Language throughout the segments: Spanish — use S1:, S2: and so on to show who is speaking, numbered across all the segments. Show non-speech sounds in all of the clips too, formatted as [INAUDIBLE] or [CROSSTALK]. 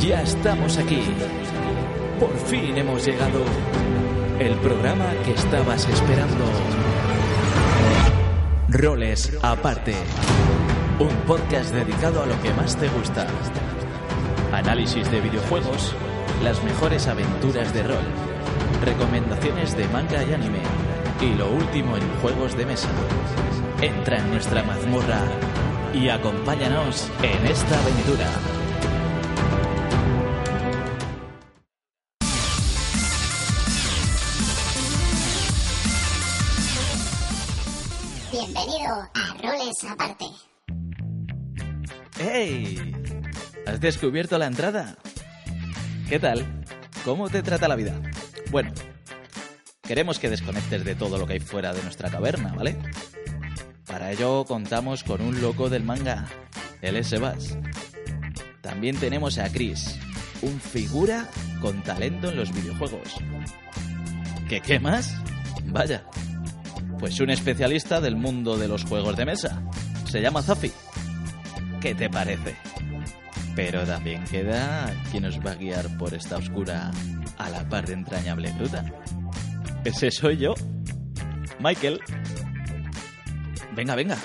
S1: Ya estamos aquí. Por fin hemos llegado. El programa que estabas esperando. Roles aparte. Un podcast dedicado a lo que más te gusta. Análisis de videojuegos, las mejores aventuras de rol, recomendaciones de manga y anime y lo último en juegos de mesa. Entra en nuestra mazmorra y acompáñanos en esta aventura.
S2: Bienvenido a Roles Aparte.
S1: ¡Hey! ¿Has descubierto la entrada? ¿Qué tal? ¿Cómo te trata la vida? Bueno, queremos que desconectes de todo lo que hay fuera de nuestra caverna, ¿vale? Para ello contamos con un loco del manga, el S-Bass. También tenemos a Chris, un figura con talento en los videojuegos. ¿Qué qué más? Vaya. Pues un especialista del mundo de los juegos de mesa. Se llama Zafi. ¿Qué te parece? Pero también queda quien nos va a guiar por esta oscura a la par de entrañable gruta. Ese soy yo, Michael. Venga, venga,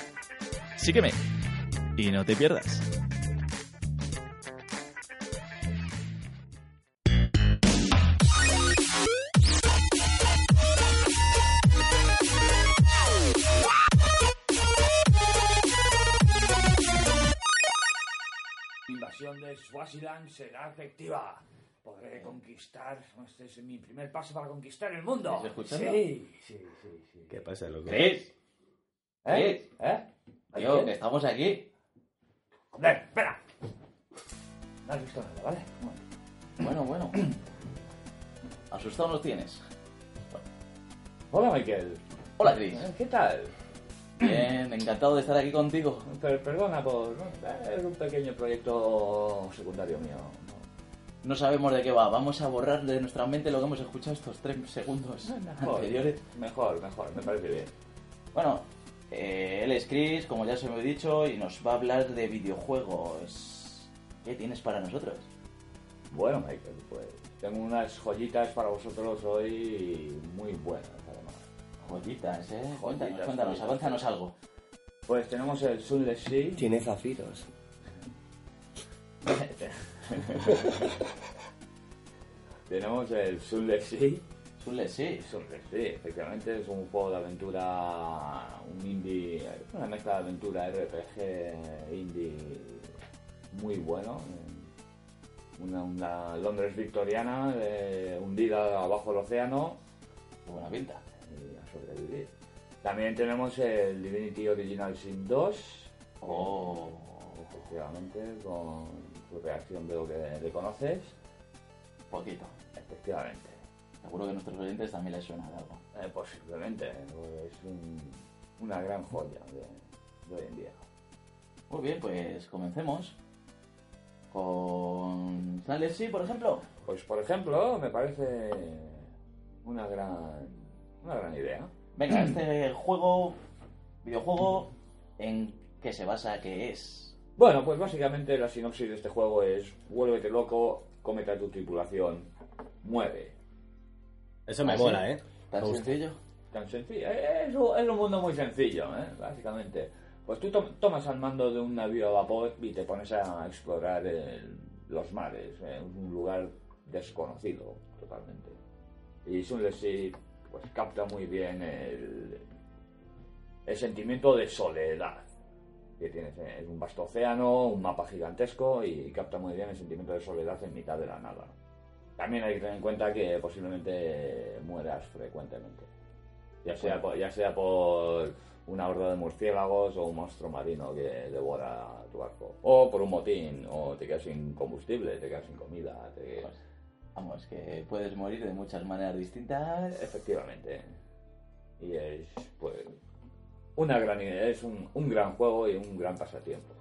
S1: sígueme y no te pierdas.
S3: Mi invasión de Swaziland será efectiva. Podré conquistar. Este es mi primer paso para conquistar el mundo.
S4: ¿Estás escuchando?
S3: Sí, sí, sí, sí.
S5: ¿Qué pasa, loco?
S4: Chris,
S3: ¿Eh? ¿Eh?
S4: tío, que
S3: ¿Eh?
S4: estamos aquí.
S3: Joder, espera. No has visto nada, ¿vale? Bueno,
S4: Bueno, bueno. [CLEARS THROAT] Asustado nos tienes.
S6: Hola Michael,
S4: Hola, Chris.
S6: Eh, ¿qué tal?
S4: Bien, encantado de estar aquí contigo.
S6: Per- perdona por... no, Es un pequeño proyecto secundario mío.
S4: No sabemos de qué va. Vamos a borrar de nuestra mente lo que hemos escuchado estos tres segundos
S6: Mejor,
S4: anteriores.
S6: mejor, mejor, me parece bien.
S4: Bueno, eh, él es Chris, como ya se me he dicho, y nos va a hablar de videojuegos. ¿Qué tienes para nosotros?
S6: Bueno Michael, pues tengo unas joyitas para vosotros hoy muy buenas además.
S4: Joyitas, ¿eh?
S6: Joyitas,
S4: cuéntanos, cuéntanos,
S6: joyitas.
S4: avánzanos algo.
S6: Pues tenemos el Sunless Sea.
S5: Tiene zafiros.
S6: [LAUGHS] Tenemos el Sunless Sea.
S4: Sule, sí.
S6: Sunless Sea, efectivamente es un juego de aventura, un indie, una mezcla de aventura RPG indie muy bueno. eh, Una, una Londres victoriana eh, hundida abajo del océano
S4: Buena pinta.
S6: y a sobrevivir. También tenemos el Divinity Original Sin 2,
S4: Oh.
S6: efectivamente con tu reacción veo que le conoces,
S4: Poquito.
S6: efectivamente.
S4: Seguro que a nuestros oyentes también les suena de algo.
S6: Eh, posiblemente, es un- una gran joya de, de hoy en día.
S4: Muy bien, pues comencemos con Sunless Sea, por ejemplo.
S6: Pues por ejemplo, me parece una gran, una gran idea.
S4: [CLEARS THROAT] Venga, este juego, videojuego, ¿en qué se basa? ¿Qué es?
S6: Bueno, pues básicamente la sinopsis de este juego es vuélvete loco, cómete a tu tripulación, muere.
S5: Eso me
S4: ¿Ah, sí?
S5: mola, ¿eh?
S4: ¿Tan
S5: Me gusta.
S4: sencillo?
S6: Tan sencillo, Eh, es, un- es un mundo muy sencillo, ¿eh? básicamente. Pues tú to- tomas al mando de un navío a vapor y te pones a explorar el- los mares, eh, un lugar desconocido totalmente. Y Sunless Sea pues capta muy bien el, el sentimiento de soledad que tienes en un vasto océano, un mapa gigantesco y capta muy bien el sentimiento de soledad en mitad de la nada. También hay que tener en cuenta que posiblemente mueras frecuentemente. Ya sea, por, ya sea por una horda de murciélagos o un monstruo marino que devora tu barco. O por un motín, o te quedas sin combustible, te quedas sin comida. te-
S4: Vamos, que puedes morir de muchas maneras distintas.
S6: Efectivamente. Y es, pues, una gran idea, es un, un gran juego y un gran pasatiempo.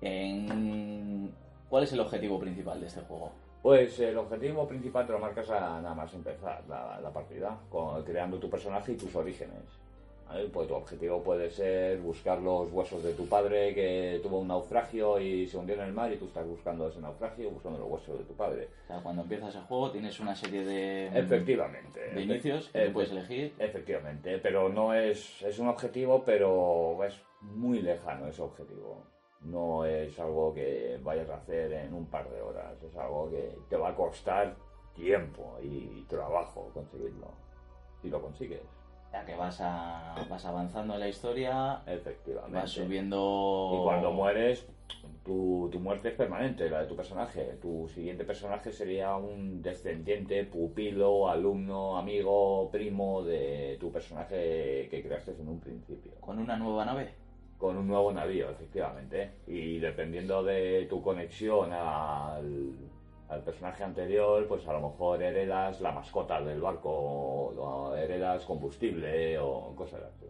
S4: En- ¿Cuál es el objetivo principal de este juego?
S6: Pues el objetivo principal te lo marcas a- nada más empezar la, la partida, con- creando tu personaje y tus orígenes. ¿vale? Pues tu objetivo puede ser buscar los huesos de tu padre que tuvo un naufragio y se hundió en el mar y tú estás buscando ese naufragio, buscando los huesos de tu padre.
S4: O sea, cuando empiezas el juego tienes una serie de...
S6: Efectivamente.
S4: Mm. De inicios que
S6: Efe-
S4: tú puedes elegir.
S6: Efectivamente, pero no es, es un objetivo, pero es muy lejano ese objetivo. No es algo que vayas a hacer en un par de horas, es algo que te va a costar tiempo y trabajo conseguirlo. Si lo consigues,
S4: Ya que vas, a, vas avanzando en la historia,
S6: efectivamente.
S4: vas subiendo...
S6: Y cuando mueres, tu, tu muerte es permanente, la de tu personaje. Tu siguiente personaje sería un descendiente, pupilo, alumno, amigo, primo de tu personaje que creaste en un principio.
S4: Con una nueva nave.
S6: Con un nuevo navío, efectivamente. Y dependiendo de tu conexión al, al personaje anterior, pues a lo mejor heredas la mascota del barco, o heredas combustible o cosas así.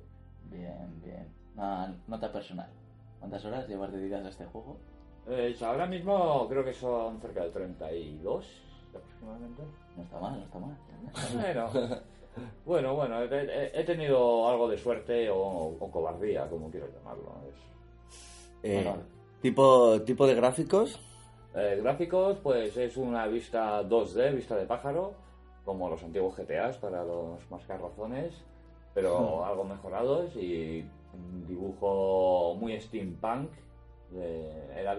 S4: Bien, bien. Ah, nota personal. ¿Cuántas horas llevas dedicadas a este juego?
S6: Pues ahora mismo creo que son cerca de 32 aproximadamente.
S4: No está mal, no está mal.
S6: Bueno, [LAUGHS] bueno, bueno, he, he- he tenido algo de suerte o, o cobardía, como quiero llamarlo. es.
S5: Eh,
S4: Bueno.
S5: tipo, tipo de gráficos.
S6: Eh, gráficos, pues es una vista 2D, vista de pájaro, como los antiguos GTAs para los más carrazones, pero algo mejorados y un dibujo muy steampunk. De era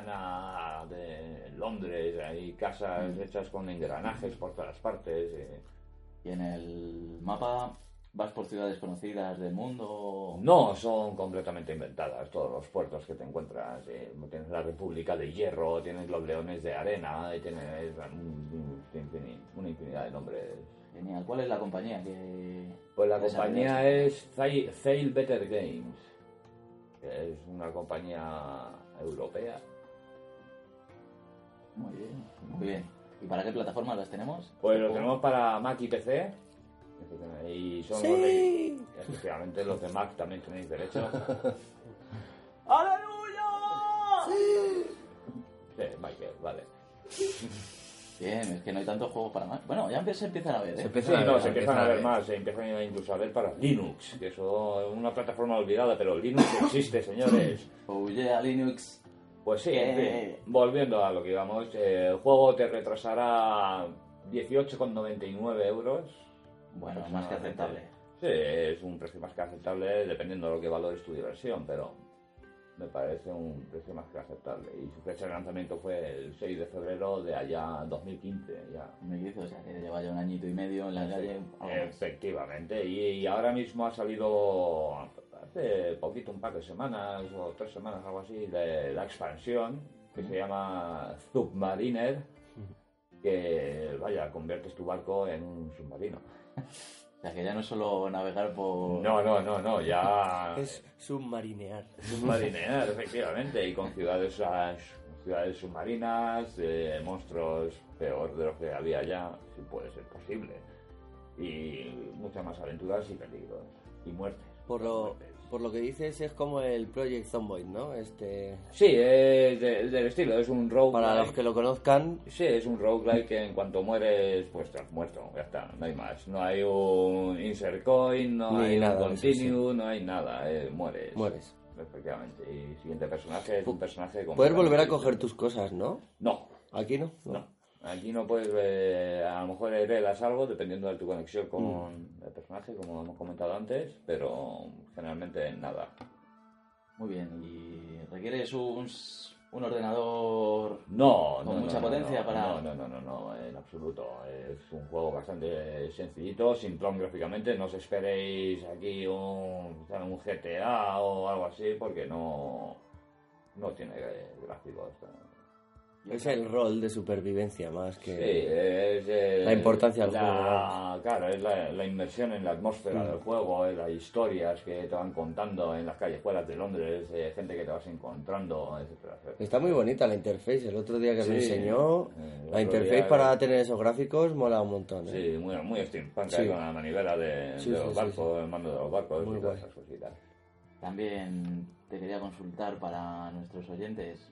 S6: victoriana de Londres, hay casas hechas con engranajes por todas partes. eh.
S4: Y en el mapa vas por ciudades conocidas del mundo.
S6: No, son completamente inventadas todos los puertos que te encuentras. eh, tienes la República de Hierro, tienes los Leones de Arena, y tienes un- un infini- una infinidad de nombres.
S4: Genial. ¿Cuál es la compañía que.?
S6: Pues la
S4: que
S6: compañía
S4: desarrolla
S6: es Zai- Zail Better Games, que es una compañía europea.
S4: esto? Muy bien, muy bien. ¿Y para qué plataformas las tenemos?
S6: Pues
S4: Este
S6: lo
S4: juego.
S6: tenemos para Mac y PC. Y son los de, efectivamente los de Mac también tenéis derecho. Sí, Michael, vale.
S4: Bien, es que no hay tantos juegos para más. Bueno, ya empe- se empiezan a ver, ¿eh?
S6: Sí, no, se empiezan a ver más, se empiezan a incluso a ver para Linux, que eso es una plataforma olvidada, pero Linux existe, [LAUGHS] señores.
S4: Oh yeah, Linux.
S6: Pues sí, en
S4: Eh.
S6: fin, volviendo a lo que íbamos, eh, el juego te retrasará 18,99 euros.
S4: Bueno, es más que aceptable.
S6: Sí, es un precio más que aceptable dependiendo de lo que valores tu diversión, pero me parece un precio más que aceptable. Y su fecha de lanzamiento fue el 6 de febrero de allá 2015, ya.
S4: Me dice, o sea, que lleva ya un añito y medio en la calle. algo más.
S6: Efectivamente, y, y ahora mismo ha salido hace poquito, un par de semanas o tres semanas, algo así, de la expansión que se llama Submariner, que vaya, conviertes tu barco en un submarino.
S4: O sea, que ya no es solo navegar por.
S6: No, no, no, no, ya
S5: Es submarinear.
S6: submarinear, efectivamente, y con ciudades, ah, ciudades submarinas, eh, monstruos peor de lo que había ya, si puede ser posible, y muchas más aventuras y peligros, y muertes.
S5: Por lo,
S6: Muertes.
S5: por lo que dices, es como el Project Zomboid, ¿no? Este,
S6: Sí, es de- del estilo, es un roguelike.
S5: para los que lo conozcan,
S6: Sí, es un roguelike que en cuanto mueres, pues estás muerto, ya está, no hay más. No hay un insert coin, no
S5: Ni
S6: hay
S5: nada
S6: un
S5: de eso,
S6: continue, no hay nada, eh, mueres.
S5: mueres.
S6: Efectivamente, y el siguiente personaje es un personaje...
S5: Puedes volver
S6: completamente
S5: a coger
S6: distinto.
S5: tus cosas, ¿no?
S6: No,
S5: Aquí no.
S6: no. Aquí no puedes ver, a lo mejor heredas algo dependiendo de tu conexión con
S4: Mm.
S6: el personaje, como hemos comentado antes, pero generalmente nada.
S4: Muy bien, y requieres un, un ordenador.
S6: No,
S4: Con
S6: no, no,
S4: mucha
S6: no,
S4: potencia
S6: no,
S4: para-
S6: No, no, no, no, no, en absoluto. Es un juego bastante sencillito, simplón gráficamente. No os esperéis aquí un, un GTA o algo así, porque no, no tiene eh, gráficos. eh,
S5: Es el rol de supervivencia más
S6: Sí,
S5: que...
S6: es, eh,
S5: La importancia del
S6: la-
S5: juego.
S6: Claro, es la, la inmersión en la atmósfera
S5: Mm.
S6: del juego, en las historias que te van contando en las callejuelas de Londres, eh, gente que te vas encontrando, etcétera, etcétera.
S5: Está muy bonita la interface. El otro día que me
S6: Sí.
S5: enseñó,
S6: Eh, el
S5: la
S6: otro
S5: interface
S6: día-
S5: para tener esos gráficos mola un montón. ¿eh?
S6: Sí, muy, muy steampunk
S5: Sí.
S6: ahí con la manivela de,
S5: Sí,
S6: de
S5: sí,
S6: los
S5: sí,
S6: barcos, el mando de los barcos
S5: Muy
S6: y todas
S5: guay.
S6: esas cositas.
S4: También te quería consultar para nuestros oyentes.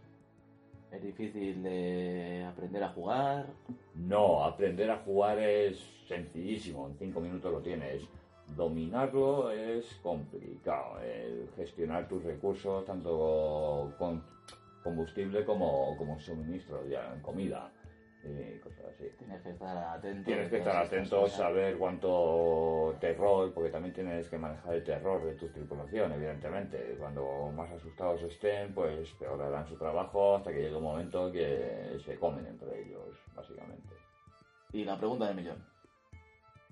S4: ¿Es difícil de aprender a jugar?
S6: No, aprender a jugar es sencillísimo, en cinco minutos lo tienes. Dominarlo es complicado, el gestionar tus recursos, tanto con combustible como, como suministro, ya comida y cosas así.
S4: Tienes que estar atento.
S6: Tienes que
S4: a todas
S6: estar
S4: estas
S6: atento,
S4: cosas.
S6: saber cuánto terror, porque también tienes que manejar el terror de tu tripulación, evidentemente. Cuando más asustados estén, pues peor harán su trabajo hasta que llegue un momento que se comen entre ellos, básicamente.
S4: Y la pregunta del millón.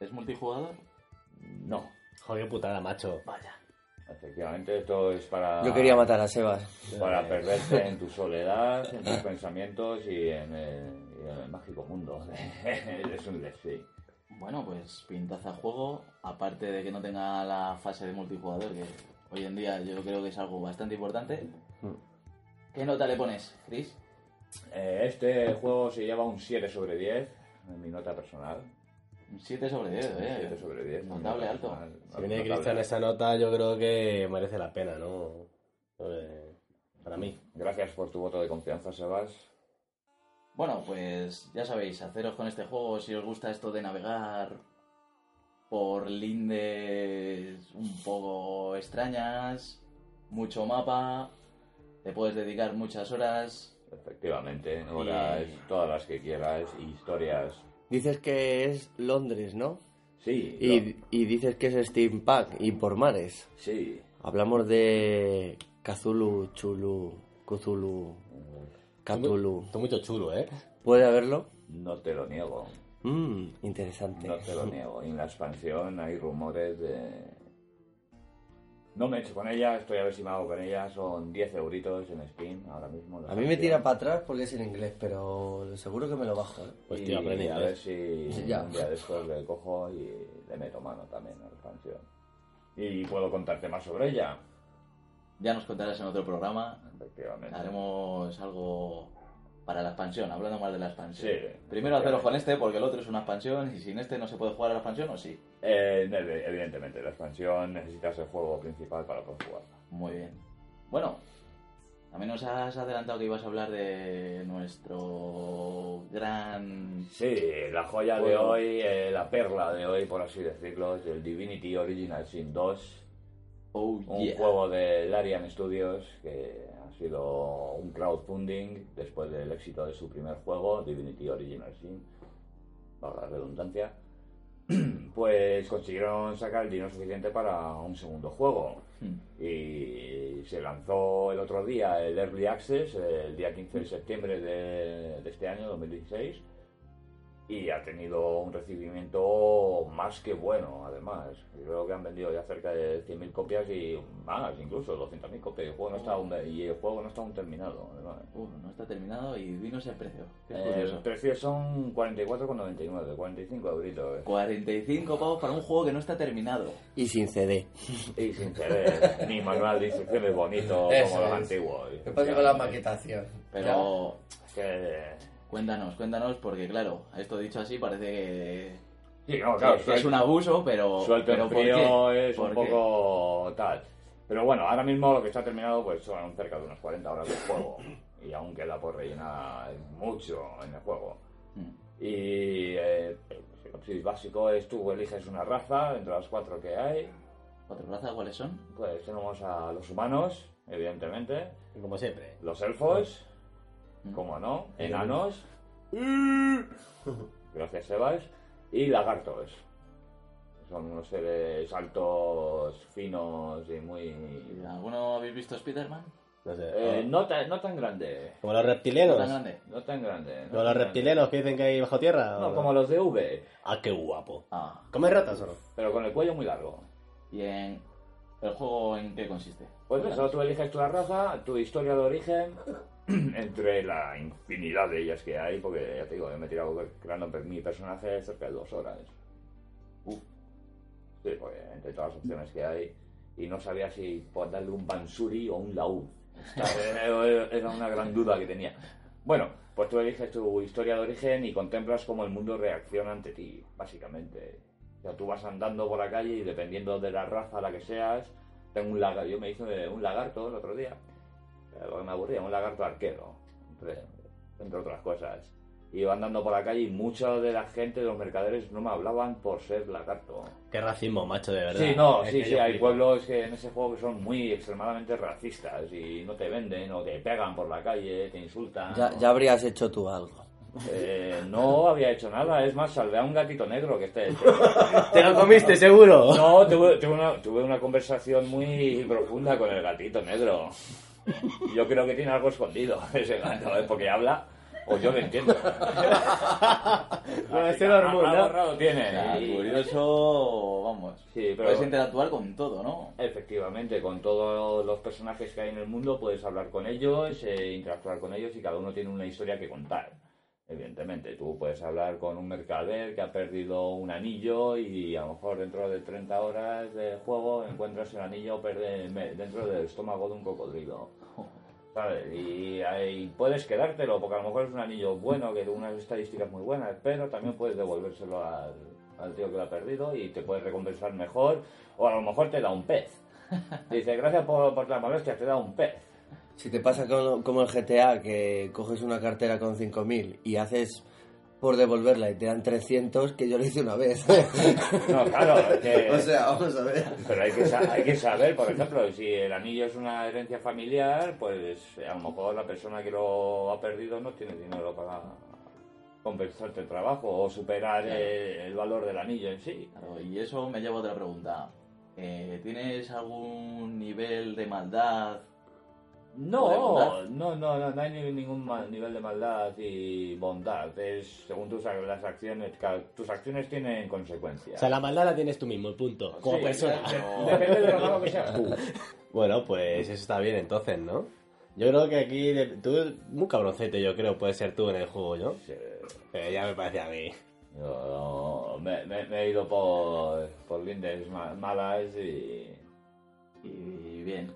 S4: ¿Es multijugador?
S6: No,
S7: Joder, putada, macho.
S4: Vaya.
S6: efectivamente esto es para...
S5: Yo quería matar a Sebas.
S6: Para perderse en tu soledad, en tus pensamientos y en el, y en el mágico mundo [LAUGHS] de Sunless, sí.
S4: Bueno, pues pintaza juego, aparte de que no tenga la fase de multijugador, que hoy en día yo creo que es algo bastante importante. ¿Qué nota le pones, Chris?
S6: Eh, Este juego se lleva un 7 sobre 10 en mi nota personal.
S4: Un 7 sobre 10,
S6: Un
S4: ¿eh?
S6: 7 sobre 10.
S4: Notable, alto.
S7: Si viene Cristian esa nota, yo creo que merece la pena, ¿no? Eh, para mí.
S6: Gracias por tu voto de confianza, Sebas.
S4: Bueno, pues ya sabéis, haceros con este juego si os gusta esto de navegar por lindes un poco extrañas, mucho mapa, te puedes dedicar muchas horas.
S6: Efectivamente, horas,
S4: Y-
S6: todas las que quieras, historias.
S5: Dices que es Londres, ¿no?
S6: Sí,
S5: Y,
S6: lo-
S5: y dices que es steampunk y por mares.
S6: sí.
S5: Hablamos de Cthulhu, Chulu, Cthulhu, Cthulhu.
S7: Tú mucho chulo, ¿eh?
S5: ¿Puede haberlo?
S6: No te lo niego.
S5: Mmm, interesante.
S6: No te lo niego. Y en la expansión hay rumores de. No me he hecho con ella, estoy a ver si me hago con ella. Son 10 euritos en Steam ahora mismo. la
S5: A mí me
S6: expansión.
S5: tira para atrás porque es en inglés, pero seguro que me lo bajo. ¿eh?
S7: Pues
S6: Y
S7: tío, aprende
S6: A ver si
S5: Sí, ya.
S6: un día de estos le cojo y le meto mano también a la expansión. Y puedo contarte más sobre ella.
S4: Ya nos contarás en otro programa,
S6: Efectivamente.
S4: haremos algo para la expansión, hablando más de la expansión.
S6: Sí.
S4: Primero haceros con este porque el otro es una expansión y sin este no se puede jugar a la expansión o sí.
S6: Eh, ev- evidentemente, la expansión necesitas el juego principal para poder jugarla.
S4: Muy bien. Bueno, también nos has adelantado que ibas a hablar de nuestro gran...
S6: Sí, la joya de
S4: Bueno.
S6: hoy, eh, la perla de hoy, por así decirlo, es el Divinity Original Sin 2.
S4: Oh,
S6: Un
S4: yeah.
S6: juego de Larian Studios que ha sido un crowdfunding después del éxito de su primer juego, Divinity Original Sin, para la redundancia. [CLEARS THROAT] Pues consiguieron sacar el dinero suficiente para un segundo juego.
S4: Hmm.
S6: Y se lanzó el otro día el Early Access, el día 15 de septiembre de, de este año, 2016. Y ha tenido un recibimiento más que bueno, además. Yo Creo que han vendido ya cerca de 100.000 copias y más, incluso 200.000 copias. Y el juego no está aún, y el juego no está aún terminado, además.
S4: Uh, no está terminado y dinos el precio. Qué
S6: Eh, Los
S4: curioso.
S6: precios son 44,99, 45 euritos. ¿eh?
S4: 45 pavos para un juego que no está terminado.
S5: Y sin CD.
S6: Y sin CD, ni manual de instrucciones bonito
S5: [LAUGHS] Eso
S6: como los
S5: es.
S6: antiguos.
S5: maquetación?
S4: Pero
S6: Que-
S4: cuéntanos, cuéntanos, porque claro, esto dicho así parece que,
S6: Sí, no, Pues claro,
S4: que es un abuso, pero,
S6: suelto
S4: pero
S6: en
S4: ¿por
S6: frío
S4: qué?
S6: es un
S4: ¿Por qué?
S6: poco tal. Pero bueno, ahora mismo lo que está terminado pues son cerca de unas 40 horas de juego. Y aún queda por rellenar mucho en el juego.
S4: Hmm.
S6: Y eh, el sinopsis básico es tú eliges una raza entre las cuatro que hay.
S4: ¿Cuatro razas cuáles son?
S6: Pues tenemos a los humanos, evidentemente.
S7: Como siempre.
S6: Los elfos,
S4: Mm.
S6: como no, enanos. Gracias, Sebas. Y lagartos. Son unos seres altos, finos y muy...
S4: ¿Alguno habéis visto Spider-Man?
S7: No sé.
S5: Ah.
S6: Eh, no, tan, no tan grande.
S7: Como los
S4: ¿No tan
S7: reptilianos.
S4: grande?
S6: No tan grande.
S7: Como los reptilianos que dicen que hay bajo tierra. ¿o
S6: No, como los de V,
S7: Ah, qué guapo.
S4: Ah,
S7: ¿Come ratas o no?
S6: pero con el cuello muy largo.
S4: y en... ¿El juego en qué consiste?
S6: Pues eso, tú eliges tu raza, tu historia de origen, [CLEARS THROAT] entre la infinidad de ellas que hay, porque ya te digo, yo me he tirado creando per- mi personaje cerca de dos horas. Uf. Sí, porque entre todas las opciones que hay, y no sabía si por darle un Bansuri o un Laúd. Era- Era una gran duda que tenía. Bueno, pues tú eliges tu historia de origen y contemplas cómo el mundo reacciona ante ti, básicamente. O sea, tú vas andando por la calle y dependiendo de la raza a la que seas, tengo un lagarto, yo me hice un lagarto el otro día, eh, porque me aburría, un lagarto arquero, entre, entre otras cosas. Iba andando por la calle y mucha de la gente, de los mercaderes, no me hablaban por ser lagarto.
S7: Qué racismo, macho, de verdad.
S6: Sí, no,
S7: Es
S6: sí,
S7: que
S6: sí,
S7: yo
S6: hay
S7: flipo.
S6: pueblos que en ese juego que son muy extremadamente racistas y no te venden o te pegan por la calle, te insultan.
S5: Ya,
S6: o-
S5: ya habrías hecho tú algo.
S6: Eh, no había hecho nada, es más, salvé a un gatito negro que
S5: [LAUGHS]
S6: esté.
S7: ¡Te lo comiste, seguro!
S6: No, tuve, tuve una, tuve una conversación muy profunda con el gatito negro. Yo creo que tiene algo escondido [LAUGHS] ese gato, ¿eh? porque habla o yo
S7: [LAUGHS]
S6: lo entiendo.
S7: Bueno,
S6: Así
S7: ese
S6: que
S7: dormú,
S6: algo
S7: ¿no?
S6: raro tiene.
S4: Era
S6: Y-
S4: curioso, vamos.
S6: Sí, pero-
S4: Puedes interactuar con todo, ¿no?
S6: Efectivamente, con todos los personajes que hay en el mundo puedes hablar con ellos, eh, interactuar con ellos y cada uno tiene una historia que contar. Evidentemente, tú puedes hablar con un mercader que ha perdido un anillo y a lo mejor dentro de 30 horas de juego encuentras el anillo perde- me- dentro del estómago de un cocodrilo. ¿Sabes? Y ahí puedes quedártelo, porque a lo mejor es un anillo bueno, que tiene unas estadísticas muy buenas, pero también puedes devolvérselo al, al tío que lo ha perdido y te puedes recompensar mejor, o a lo mejor te da un pez. Dice, gracias por, por la molestia, te da un pez.
S5: Si te pasa como, como el GTA, que coges una cartera con 5.000 y haces por devolverla y te dan 300, que yo lo hice una vez.
S6: No, claro, es que-
S5: [LAUGHS] O sea, vamos a ver.
S6: Pero hay que, sa- hay que saber, por ejemplo, si el anillo es una herencia familiar, pues a lo mejor la persona que lo ha perdido no tiene dinero para compensarte el trabajo o superar eh, el valor del anillo en sí.
S4: Claro, y eso me lleva a otra pregunta. Eh, ¿Tienes algún nivel de maldad? ¿Puede
S6: No,
S4: volar?
S6: no, no, no, no hay ni- ningún ma- nivel de maldad y bondad. Es según tus ac- las acciones, ca- tus acciones tienen consecuencias.
S7: O sea, la maldad la tienes tú mismo, punto. Como
S6: Sí,
S7: persona.
S6: de- Depende de lo malo que seas tú.
S7: Bueno, pues eso está bien entonces, ¿no? Yo creo que aquí de- tú, muy cabroncete, yo creo, puedes ser tú en el juego, ¿no? Eh, ya me parece a mí.
S6: Yo me, me- me he ido por, por lindes ma- malas y...
S4: Y bien.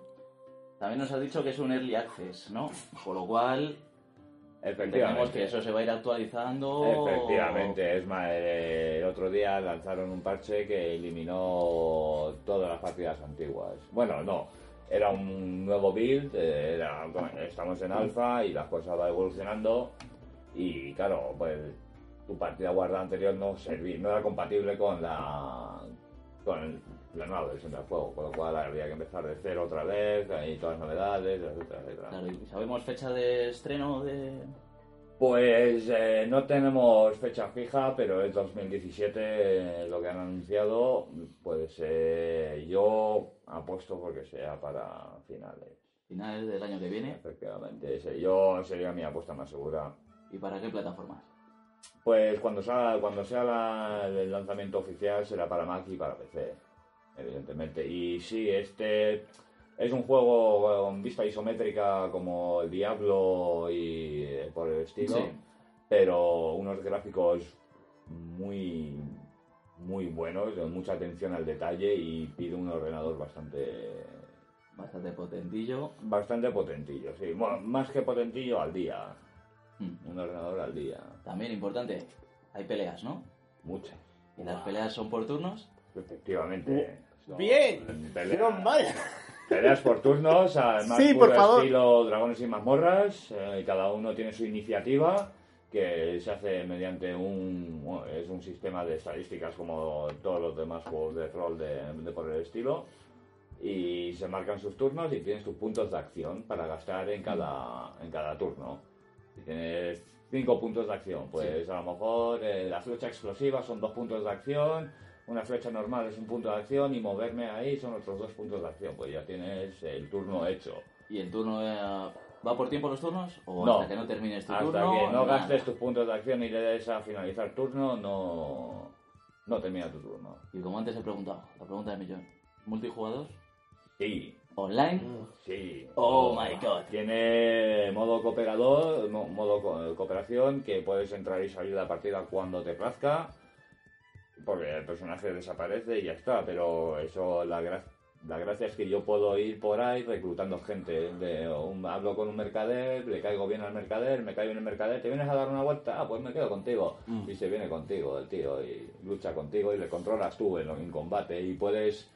S4: También nos has dicho que es un early access, ¿no? Con lo cual, entendemos que eso se va a ir actualizando.
S6: Efectivamente, es más, eh, el otro día lanzaron un parche que eliminó todas las partidas antiguas. Bueno, no, era un nuevo build, eh, era- estamos en alfa y las cosas van evolucionando y claro, pues tu partida guardada anterior no servía, no era compatible con la con la nueva versión del juego, con lo cual había que empezar de cero otra vez y todas las novedades, etcétera, etcétera.
S4: Claro, y ¿Sabemos fecha de estreno de...?
S6: Pues eh, no tenemos fecha fija, pero es 2017 eh, lo que han anunciado. Pues eh, yo apuesto porque sea para finales.
S4: Finales del año que viene.
S6: Efectivamente, ese- yo sería mi apuesta más segura.
S4: ¿Y para qué plataformas?
S6: Pues cuando sea, cuando sea la- el lanzamiento oficial será para Mac y para PC, evidentemente. Y sí, este es un juego con vista isométrica como el Diablo y eh, por el estilo,
S4: Sí.
S6: pero unos gráficos muy muy buenos, de mucha atención al detalle y pide un ordenador bastante
S4: Bastante potentillo.
S6: bastante potentillo, sí, Bueno, más que potentillo al día,
S4: Hmm.
S6: un ordenador al día,
S4: También importante, hay peleas, ¿no?
S6: muchas.
S4: ¿Y las peleas son por turnos?
S6: Efectivamente. Son
S7: Bien,
S6: pelea-
S7: menos mal.
S6: Peleas por turnos, además
S7: Sí,
S6: puro
S7: por favor.
S6: estilo dragones y mazmorras, eh, y cada uno tiene su iniciativa, que se hace mediante un, bueno, es un sistema de estadísticas como todos los demás juegos de rol de, de por el estilo, y se marcan sus turnos y tienes tus puntos de acción para gastar en cada, en cada turno. Si tienes cinco puntos de acción, pues a lo mejor eh, la flecha explosiva son dos puntos de acción, una flecha normal es un punto de acción y moverme ahí son otros dos puntos de acción, pues ya tienes el turno hecho.
S4: ¿Y el turno eh, va por tiempo los turnos? ¿O
S6: No.
S4: hasta que no termines tu
S6: Hasta
S4: turno?
S6: que no
S4: nada?
S6: gastes tus puntos de acción y le des a finalizar turno, no, no termina tu turno.
S4: Y como antes he preguntado, la pregunta de millón. ¿Multijugador?
S6: Sí, Mm.
S4: ¿Online?
S6: sí.
S4: Oh my god.
S6: Tiene modo cooperador, mo- modo co- cooperación, que puedes entrar y salir de la partida cuando te plazca, porque el personaje desaparece y ya está, pero eso, la, gra- la gracia es que yo puedo ir por ahí reclutando gente. ¿eh? De un- hablo con un mercader, le caigo bien al mercader, me caigo en el mercader, ¿te vienes a dar una vuelta? Ah, pues me quedo contigo. Y se viene contigo el tío y lucha contigo y le controlas tú en, en combate y puedes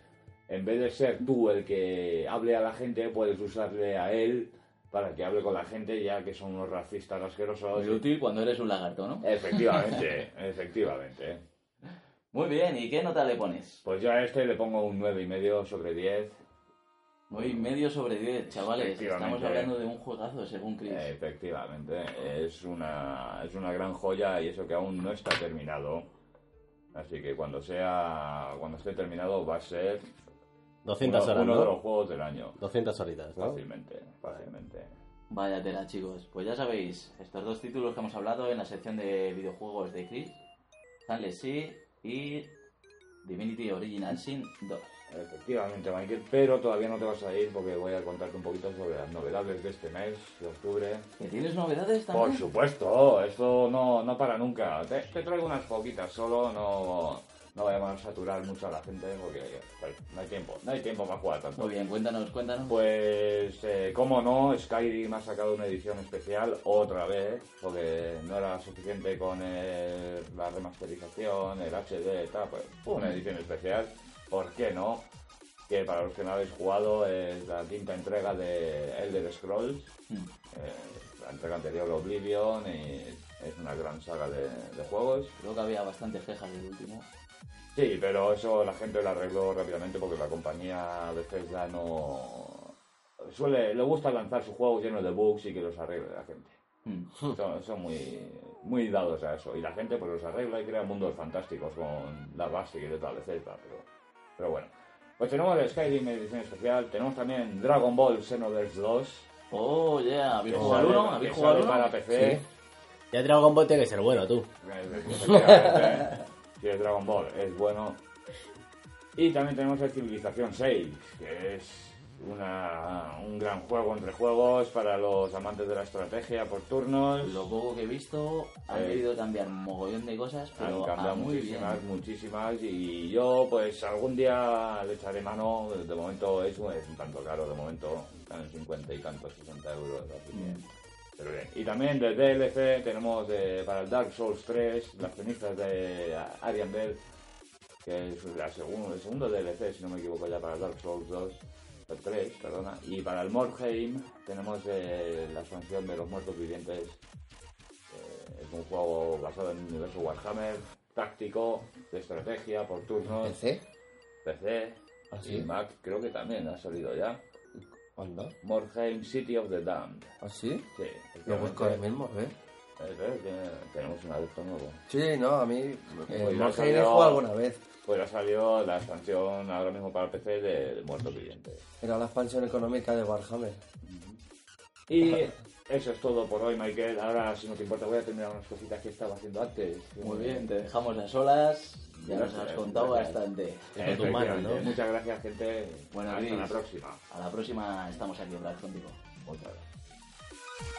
S6: en vez de ser tú el que hable a la gente, puedes usarle a él para que hable con la gente, ya que son unos racistas asquerosos.
S4: Muy útil cuando eres un lagarto, ¿no?
S6: Efectivamente, [LAUGHS] efectivamente.
S4: Muy bien, ¿y qué nota le pones?
S6: Pues yo a este le pongo un 9,5 sobre 10.
S4: Hoy medio sobre 10, chavales. Estamos
S6: Efectivamente. Eh.
S4: hablando de un juegazo, según Chris.
S6: Efectivamente, es una, es una gran joya y eso que aún no está terminado. Así que cuando sea cuando esté terminado va a ser
S7: 200
S6: uno,
S7: horas,
S6: uno de los
S7: ¿no?
S6: juegos del año.
S7: 200 horitas, ¿no?
S6: Fácilmente, fácilmente.
S4: Vaya tela, chicos. Pues ya sabéis, estos dos títulos que hemos hablado en la sección de videojuegos de Chris, Stanley Sea y Divinity Original Sin 2.
S6: Efectivamente, Michael, pero todavía no te vas a ir porque voy a contarte un poquito sobre las novedades de este mes, de octubre.
S4: ¿Que tienes novedades también?
S6: Por supuesto, esto no, no para nunca. Te, te traigo unas poquitas solo, no, no vayamos a saturar mucho a la gente porque joder, no hay tiempo, no hay tiempo para jugar tanto.
S4: Muy bien, cuéntanos, cuéntanos.
S6: Pues, eh, cómo no, Skyrim ha sacado una edición especial otra vez, porque no era suficiente con el- la remasterización, el HD, y tal, pues una edición especial, ¿por qué no? Que para los que no habéis jugado es la quinta entrega de Elder Scrolls,
S4: Mm.
S6: eh, la entrega anterior Oblivion, y es una gran saga de- de juegos.
S4: Creo que había bastantes quejas del último.
S6: Sí, pero eso la gente lo arregló rápidamente porque la compañía Bethesda no... Suele, le gusta lanzar sus juegos llenos de bugs y que los arregle la gente.
S4: Mm.
S6: Son, son muy, muy dados a eso. Y la gente pues los arregla y crea mundos fantásticos con la base y de tal, etcétera. Pero, pero bueno. Pues tenemos el Skyrim edición especial. Tenemos también Dragon Ball Xenoverse 2.
S4: Oh, yeah,
S6: que
S4: ¿habéis jugado al
S6: sale-
S4: uno? ¿Habéis
S6: que
S4: jugado al
S6: sale
S4: uno?
S6: para PC.
S7: Sí. Ya Dragon Ball tiene que ser bueno, tú.
S4: [LAUGHS]
S6: Efectivamente. Sí, el Dragon Ball es bueno. Y también tenemos el Civilización 6, que es una- un gran juego entre juegos para los amantes de la estrategia por turnos.
S4: Lo poco que he visto, han
S6: Eh.
S4: debido cambiar un mogollón de cosas,
S6: Han
S4: pero ah,
S6: cambiado
S4: muy
S6: muchísimas,
S4: bien.
S6: muchísimas. Y yo, pues algún día le echaré mano. De momento es un, es un tanto caro, de momento están en 50 y tantos, 60 euros. Así que,
S4: Mm.
S6: pero bien. Y también de DLC tenemos eh, para el Dark Souls 3, las cenizas de Arian Bell, que es la segun- el segundo DLC, si no me equivoco, ya para el Dark Souls 2. el 3, perdona. Y para el Morheim tenemos eh, la expansión de los muertos vivientes eh, es un juego basado en el universo Warhammer, táctico, de estrategia, por turnos,
S5: ¿PC?
S6: PC
S5: ¿Ah,
S6: y
S5: sí?
S6: Mac, creo que también ha salido ya.
S5: ¿Onda?
S6: Morheim City of the Damned.
S5: ¿Ah, sí?
S6: Sí,
S5: Lo busco ahora
S6: efectivamente.
S5: mismo, ¿eh?
S6: Eh, eh, tiene- Tenemos un adepto nuevo.
S5: Sí, no, a mí...
S6: Pues
S5: El
S6: ya
S5: Morheim Eh, he
S6: salió-
S5: jugado alguna vez.
S6: Pues ha salido la expansión ahora mismo para el PC de Muerto Viviente.
S5: Era la expansión económica de Warhammer.
S6: Y eso es todo por hoy, Michael. Ahora, si no te importa, voy a terminar unas cositas que estaba haciendo antes.
S4: Muy bien, te dejamos a solas, ya nos
S6: Gracias,
S4: has contado
S6: gracias.
S4: bastante.
S7: Con tu mano,
S6: Efectivamente.
S7: ¿no?
S6: Muchas gracias, gente.
S4: Bueno,
S6: Hasta la
S4: Luis.
S6: próxima.
S4: A la próxima estamos aquí otra vez contigo.
S6: Muchas gracias.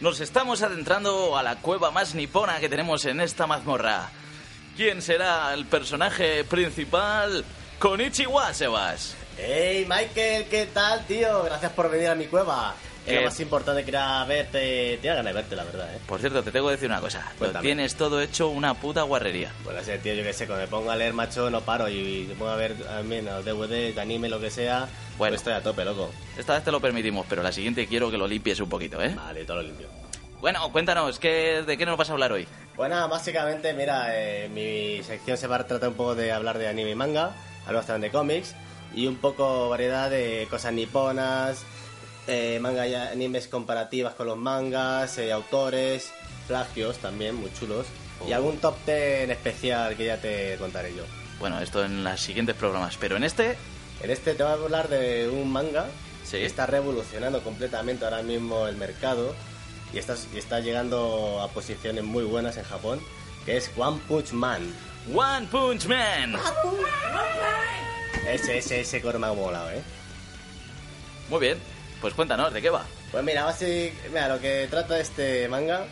S1: Nos estamos adentrando a la cueva más nipona que tenemos en esta mazmorra. ¿Quién será el personaje principal? Konichiwa, Sebas.
S8: Hey Michael, ¿qué tal, tío? Gracias por venir a mi cueva. Era
S1: ¿Qué?
S8: más importante que era verte. Tenía ganas de verte, la verdad, eh.
S1: Por cierto, te tengo que decir una cosa. Lo
S8: Cuéntame.
S1: tienes todo hecho una puta guarrería.
S8: Bueno, ese tío, yo qué sé, cuando me pongo a leer, macho, no paro. Y me pongo a ver también los DVD, de anime, lo que sea.
S1: Bueno.
S7: pues
S8: Bueno. estoy a tope, loco.
S1: Esta vez te lo permitimos, pero la siguiente quiero que lo limpies un poquito, ¿eh?
S8: Vale, todo lo limpio.
S1: Bueno, cuéntanos, ¿qué, ¿de qué nos vas a hablar hoy?
S8: Bueno, Pues básicamente, mira, eh, mi sección se va a tratar un poco de hablar de anime y manga, hablamos también de cómics y un poco variedad de cosas niponas, eh, manga y animes comparativas con los mangas, eh, autores, Oh. plagios también, muy chulos, y algún top ten especial que ya te contaré yo.
S4: Bueno, esto en los siguientes programas, pero en este
S8: En este te voy a hablar de un manga
S4: Sí.
S8: que está revolucionando completamente ahora mismo el mercado y está, y está llegando a posiciones muy buenas en Japón, que es One Punch Man.
S4: One Punch Man.
S8: Ese, ese, ese core me ha molado, ¿eh?
S4: Muy bien, pues cuéntanos de qué va.
S8: Pues mira, básicamente, mira, lo que trata este manga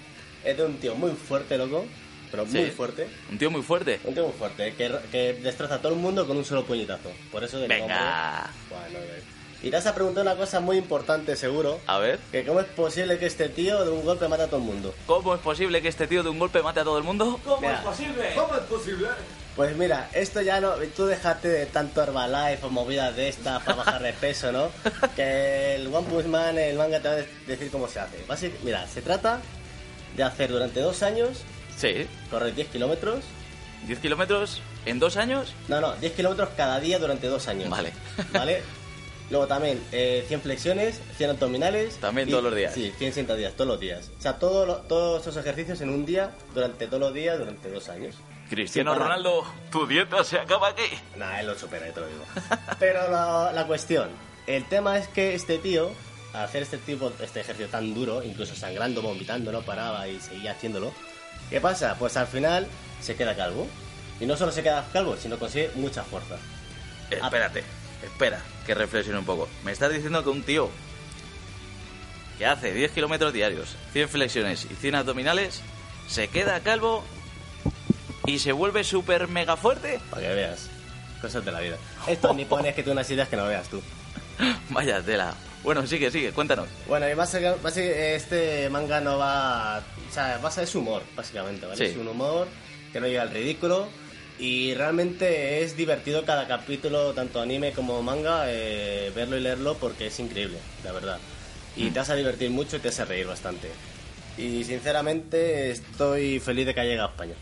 S8: es de un tío muy fuerte, loco, pero muy
S4: Sí.
S8: fuerte.
S4: Un tío muy fuerte.
S8: Un tío muy fuerte, que, que destroza a todo el mundo con un solo puñetazo. Por eso que
S4: Venga.
S8: Bueno, y te vas a preguntar una cosa muy importante, seguro.
S4: A ver,
S8: Que cómo es posible que este tío de un golpe mata a todo el mundo.
S4: ¿cómo es posible que este tío de un golpe mate a todo el mundo?
S8: Mira,
S9: ¿Cómo es posible?
S8: Pues mira, esto ya no... Tú dejate de tanto Herbalife o movidas de estas para bajar de peso, ¿no? Que el One Punch Man, el manga te va a de- decir cómo se hace. Basi- mira, se trata de hacer durante dos años,
S4: Sí,
S8: correr 10 kilómetros...
S4: 10 kilómetros en dos años.
S8: No, no, 10 kilómetros cada día durante dos años.
S4: Vale. [LAUGHS]
S8: ¿Vale? Luego también eh, 100 flexiones, 100 abdominales.
S4: También todos los días.
S8: Sí, 100 sentadillas, todos los días. O sea, todo lo- todos esos ejercicios en un día, durante todos los días, durante dos años.
S4: Cristiano
S8: Sí, para.
S4: Ronaldo, tu dieta se acaba aquí.
S8: Nah, él lo supera, yo te lo digo. [LAUGHS] Pero la, la cuestión, el tema es que este tío, al hacer este tipo, este ejercicio tan duro, incluso sangrando, vomitando, no paraba y seguía haciéndolo, ¿qué pasa? Pues al final se queda calvo. Y no solo se queda calvo, sino consigue mucha fuerza.
S4: Eh, Espérate, espera, que reflexione un poco. Me estás diciendo que un tío que hace 10 kilómetros diarios, 100 flexiones y 100 abdominales, se queda calvo y se vuelve súper mega fuerte. [LAUGHS]
S8: Para que veas. Cosas de la vida. Estos nipones que tú unas ideas que no veas tú.
S4: Vaya tela. Bueno, sigue, sigue, cuéntanos.
S8: Bueno, y básica- básica- este manga no va... O sea, basa es humor, básicamente, ¿vale?
S4: Sí.
S8: Es un humor que no llega al ridículo. Y realmente es divertido cada capítulo, tanto anime como manga, eh, verlo y leerlo porque es increíble, la verdad. Y te vas a divertir mucho y te vas a reír bastante. Y sinceramente estoy feliz de que haya llegado a España.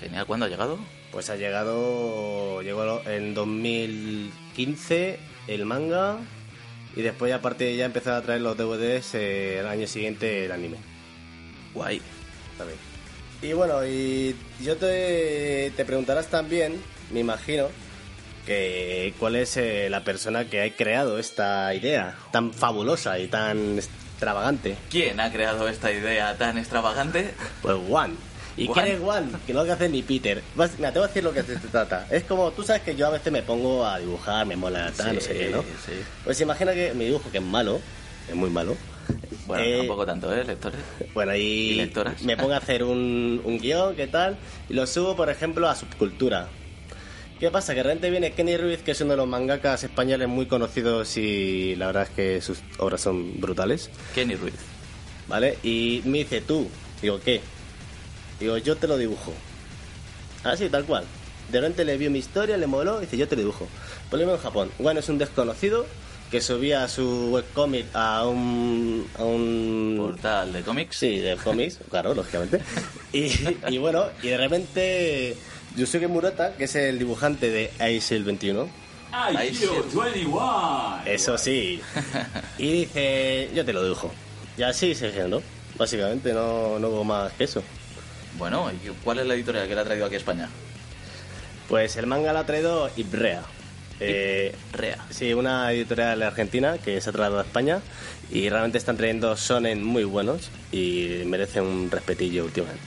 S4: Genial, ¿cuándo ha llegado?
S8: Pues ha llegado. Llegó en 2015 el manga. Y después, ya aparte, ya empezó a traer los DVDs eh, el año siguiente el anime.
S4: Guay.
S8: También. Y bueno, y yo te, te preguntarás también, me imagino, que cuál es eh, la persona que ha creado esta idea tan fabulosa y tan extravagante.
S4: ¿Quién ha creado esta idea tan extravagante?
S8: Pues Juan. ¿Y
S4: Juan.
S8: quién es Juan? Que no lo que hace ni Peter. Vas- Mira, te voy a decir lo que se trata. Es como, tú sabes que yo a veces me pongo a dibujar, me mola tal, no sé qué, ¿no?
S4: [LAUGHS] sí.
S8: Pues imagina que mi dibujo, que es malo, es muy malo.
S4: Bueno,
S8: Eh,
S4: tampoco tanto, ¿eh, lectores?
S8: Bueno,
S4: ¿Y
S8: ahí
S4: lectoras?
S8: me pongo a hacer un, un guión, ¿qué tal? Y lo subo, por ejemplo, a Subcultura. ¿Qué pasa? Que realmente viene Kenny Ruiz, que es uno de los mangakas españoles muy conocidos y la verdad es que sus obras son brutales.
S4: Kenny Ruiz.
S8: ¿Vale? Y me dice, tú. Digo, ¿qué? Digo, yo te lo dibujo. Así, tal cual. De repente le vio mi historia, le moló, y dice, yo te lo dibujo. Problema en Japón. Bueno, es un desconocido que subía su webcomic a un... A
S4: mm.
S8: un...
S4: Portal de cómics.
S8: Sí, de cómics, claro, lógicamente. Y, y bueno, y de repente Yusuke Murata, que es el dibujante de Ace el 21,
S4: Ahí
S6: ¡Ay,
S4: sí.
S6: Hero 21!
S8: eso sí. Y dice, yo te lo dibujo. Y así se generó. Básicamente no, no hubo más que eso.
S4: Bueno, ¿y cuál es la editorial que la ha traído aquí a España?
S8: Pues el manga lo ha traído Ibrea. Eh,
S4: Rea.
S8: sí, una editorial argentina que se ha trasladado a España y realmente están trayendo sonen muy buenos y merecen un respetillo últimamente.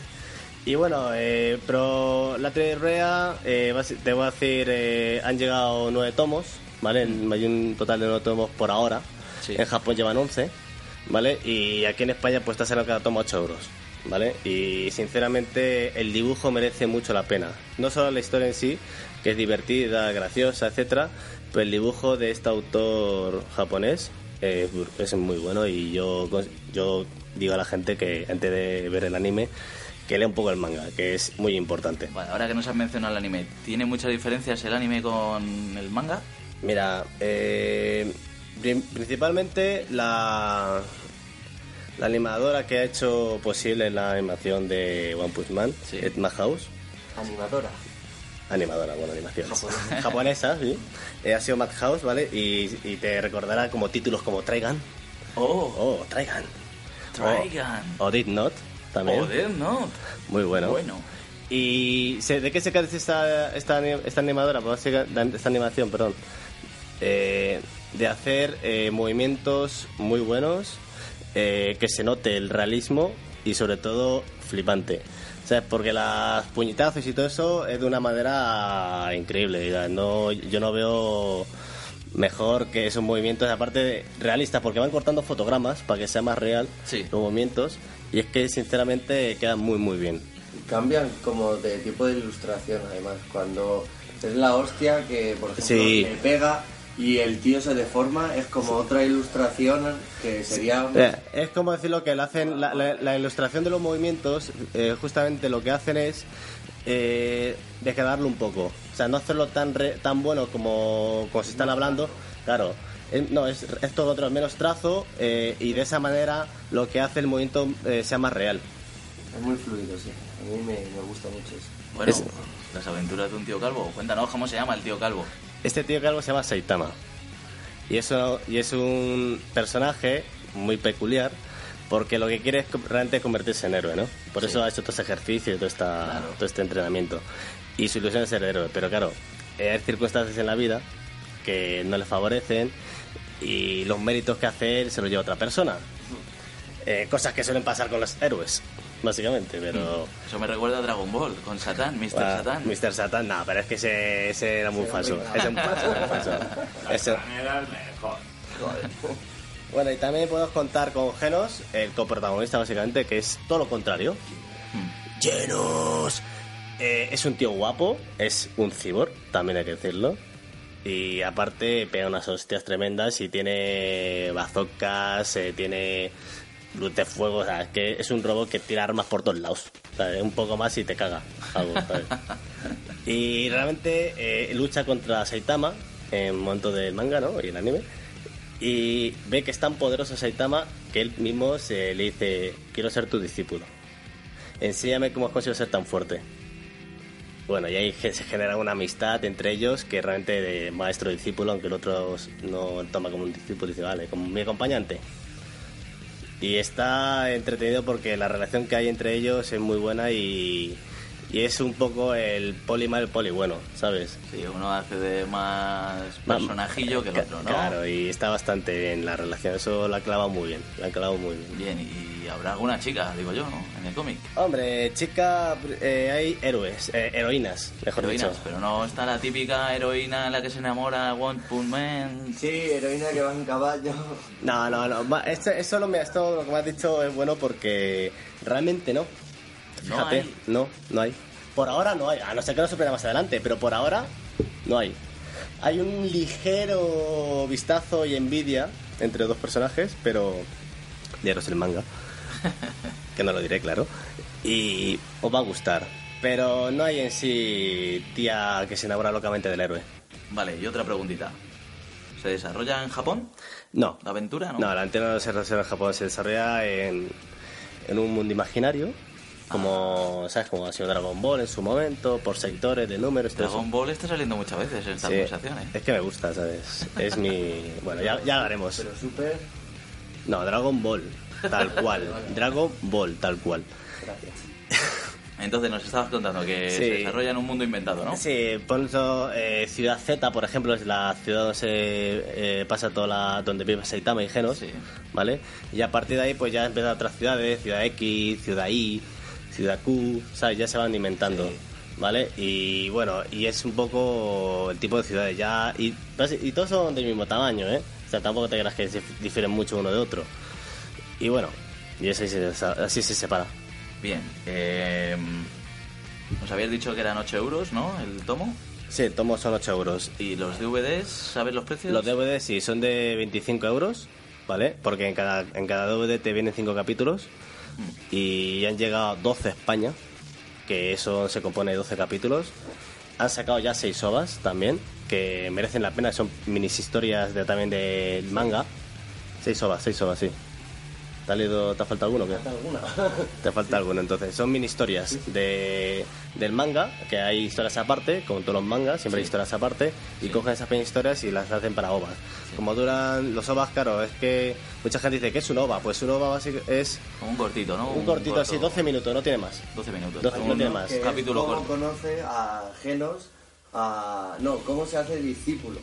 S8: Y bueno, eh, pero la Rea, eh, basi- te voy a decir, eh, han llegado nueve tomos, ¿vale? Hay un total de nueve tomos por ahora.
S4: Sí.
S8: En Japón llevan 11, ¿vale? Y aquí en España pues está saliendo cada toma 8 euros, ¿vale? Y sinceramente el dibujo merece mucho la pena. No solo la historia en sí, que es divertida, graciosa, etcétera, pero el dibujo de este autor japonés eh, es muy bueno y yo, cons- yo digo a la gente que antes de ver el anime que lea un poco el manga, que es muy importante.
S4: Vale, ahora que nos has mencionado el anime, ¿tiene muchas diferencias el anime con el manga?
S8: Mira, eh, prin- principalmente la, la animadora que ha hecho posible la animación de One Punch Man,
S4: Sí.
S8: Ed Madhouse,
S5: Animadora.
S8: animadora, bueno, animación japonesa, sí, eh, ha sido Madhouse, ¿vale? Y, y te recordará como títulos como Traigan,
S4: Oh,
S8: oh, Traigan,
S4: Trigun.
S8: o, o Did Not, también,
S4: Joder, ¿no?
S8: muy bueno.
S4: Bueno.
S8: ¿Y se- de qué se carece esta, esta, ani- esta animadora? Pues, básicamente, Esta animación, perdón. Eh, de hacer eh, movimientos muy buenos, eh, que se note el realismo y sobre todo flipante. ¿Sabes? Porque las puñetazos y todo eso es de una manera increíble. diga, No, yo no veo mejor que esos movimientos, aparte de realistas, porque van cortando fotogramas para que sea más real
S1: Sí.
S8: los movimientos. Y es que sinceramente quedan muy, muy bien.
S5: Cambian como de tipo de ilustración, además. Cuando es la hostia que, por ejemplo,
S8: Sí.
S5: le pega y el tío se deforma, es como otra ilustración que sería.
S8: Eh, Es como decirlo que lo hacen la, la- la ilustración de los movimientos, eh, justamente lo que hacen es eh, degradarlo un poco. O sea, no hacerlo tan re- tan bueno como, como se están hablando. Claro, eh, no, es, es todo lo otro, menos trazo eh, y de esa manera lo que hace el movimiento eh, sea más real.
S5: Es muy fluido, sí. A mí me, me gusta mucho eso.
S1: Bueno,
S8: Es-
S1: las aventuras de un tío calvo. Cuéntanos cómo se llama el tío calvo.
S8: Este tío calvo se llama Saitama. Y, eso, y es un personaje muy peculiar porque lo que quiere es co- realmente convertirse en héroe, ¿no? Por eso ha hecho todo ese ejercicio y todo, esta- todo este entrenamiento. Y su ilusión es ser héroe, pero claro, eh, hay circunstancias en la vida que no le favorecen y los méritos que hace él se los lleva otra persona. Eh, cosas que suelen pasar con los héroes, básicamente, pero...
S4: Mm.
S1: Eso me recuerda a Dragon Ball, con Satán, Mr.
S8: Ah,
S1: Satán.
S8: Mr. Satan, no, pero es que ese, ese era muy falso. Ese era muy falso, era muy falso. Ese-
S6: Era el mejor.
S8: Bueno, y también podemos contar con Genos, el coprotagonista básicamente, que es todo lo contrario. ¡Genos! Eh, es un tío guapo, es un cibor, también hay que decirlo. Y aparte pega unas hostias tremendas y tiene bazocas, eh, tiene luz de fuego, o sea, es que es un robot que tira armas por todos lados. O sea, un poco más y te caga algo, ¿sabes? Y realmente eh, lucha contra Saitama en un momento del manga, ¿no? Y el anime. Y ve que es tan poderoso Saitama que él mismo se le dice, quiero ser tu discípulo. Enséñame cómo has conseguido ser tan fuerte. Bueno, y ahí ge- se genera una amistad entre ellos que realmente de maestro-discípulo, aunque el otro s- no toma como un discípulo, dice, vale, como mi acompañante. Y está entretenido porque la relación que hay entre ellos es muy buena y, y es un poco el poli mal, el poli bueno, ¿sabes?
S1: Sí, uno hace de más personajillo que el
S8: Ca-
S1: otro, ¿no?
S4: eh.
S8: Claro, y está bastante bien la relación, eso la ha clavado muy bien, la ha clavado muy bien.
S1: Bien, y habrá alguna chica, digo yo, en el cómic.
S8: Hombre, chica, eh, hay héroes, eh, heroínas, mejor
S1: Heroínas,
S8: dicho.
S1: pero no está la típica heroína en la que se enamora One Punch Man.
S5: Sí, heroína que va en caballo. [LAUGHS]
S8: No, no, no, ma- esto, eso lo, me- esto lo que me has dicho es bueno porque realmente no.
S1: No
S8: Fíjate,
S1: hay.
S8: no, no hay. Por ahora no hay, a no ser que lo supera más adelante, pero por ahora no hay. Hay un ligero vistazo y envidia entre los dos personajes, pero leeros
S1: [LAUGHS]
S8: el manga, que no lo diré, claro, y os va a gustar. Pero no hay en sí tía que se enamora locamente del héroe.
S1: Vale, y otra preguntita. ¿Se desarrolla en Japón
S8: No,
S1: la aventura, no?
S8: No, la antena no se desarrolla en Japón, se desarrolla en, en un mundo imaginario, como,
S1: Ah.
S8: ¿sabes? Como ha sido Dragon Ball en su momento, por sectores de números, todo
S1: Dragon Ball está saliendo muchas veces en
S8: eso.
S1: esta
S8: Sí.
S1: conversación, ¿eh?
S8: Es que me gusta, ¿sabes? Es mi... Bueno, ya, ya hablaremos.
S5: Pero súper.
S8: No, Dragon Ball, tal
S1: [LAUGHS]
S8: cual. Dragon Ball, tal cual.
S1: Entonces nos estabas contando que
S8: Sí.
S1: se desarrolla en un mundo inventado, ¿no?
S8: Sí, por eso, eh, Ciudad Z, por ejemplo, es la ciudad donde se, eh, pasa toda la, donde vive Saitama y Genos,
S1: Sí.
S8: ¿vale? Y a partir de ahí, pues ya empiezan otras ciudades, Ciudad X, Ciudad Y, Ciudad Q, ¿sabes? Ya se van inventando, ¿vale? Y bueno, y es un poco el tipo de ciudades ya, y, y todos son del mismo tamaño, ¿eh? O sea, tampoco te creas que dif- difieren mucho uno de otro. Y bueno, y eso se- así se separa.
S1: Bien, eh, nos habías dicho que eran 8 euros, ¿no? El tomo.
S8: Sí, el tomo son 8 euros.
S1: ¿Y los DVDs, sabes los precios?
S8: Los DVDs sí, son de 25 euros, ¿vale? Porque en cada, en cada DVD te vienen 5 capítulos y han llegado 12 a España, que eso se compone de 12 capítulos. Han sacado ya 6 ovas también, que merecen la pena, son minis historias de, también del manga. 6 ovas, 6 ovas, sí. ¿Te ha, leído- te ha faltado alguno? o qué?
S7: alguna?
S8: [LAUGHS] Te falta alguno, entonces. Son mini historias de, del manga, que hay historias aparte, como todos los mangas, siempre hay historias aparte, y cogen esas pequeñas historias y las hacen para ovas. Como duran los ovas, claro, es que mucha gente dice, ¿qué es un ova? Pues un ova básico es
S4: Oh, Un cortito, ¿no?
S8: un cortito
S4: corto-
S8: así, 12 minutos, no tiene más.
S4: 12 minutos.
S8: 12
S4: Un-
S8: no tiene más.
S5: Que es
S4: Capítulo
S5: cómo
S4: corto.
S5: conoce a Genos, a... No, cómo se hace discípulo.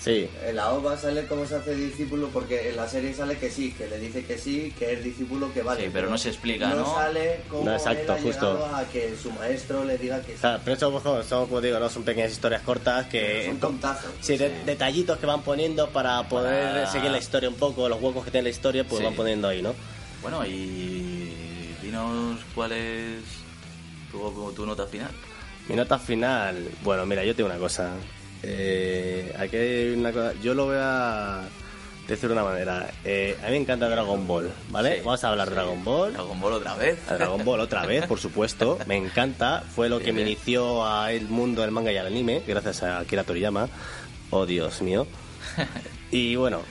S8: Sí,
S5: En la OVA sale cómo se hace discípulo porque en la serie sale que sí, que le dice que sí, que es discípulo, que vale.
S4: Sí, pero no se explica, ¿no?
S5: sale cómo
S8: No, exacto,
S5: él ha llegado
S8: justo.
S5: a que su maestro le diga que sí.
S8: Claro, pero eso, ojo, son, como digo, no son pequeñas historias cortas que...
S5: Son contazos.
S8: Sí, de- detallitos que van poniendo para poder
S4: Para-
S8: seguir la historia un poco, los huecos que tiene la historia, pues
S4: Sí.
S8: van poniendo ahí, ¿no?
S4: Bueno, y dinos cuál es tu, tu nota final.
S8: Mi nota final, bueno, mira, yo tengo una cosa. Eh, aquí hay una cosa, yo lo voy a decir de una manera. Eh, a mí me encanta Dragon Ball, ¿vale?
S4: Sí,
S8: Vamos a hablar de
S4: sí.
S8: Dragon Ball.
S4: Dragon Ball otra vez.
S8: A Dragon Ball otra vez, por supuesto. Me encanta. Fue lo que me inició al mundo del manga y al anime, gracias a Akira Toriyama. Oh, Dios mío. Y bueno.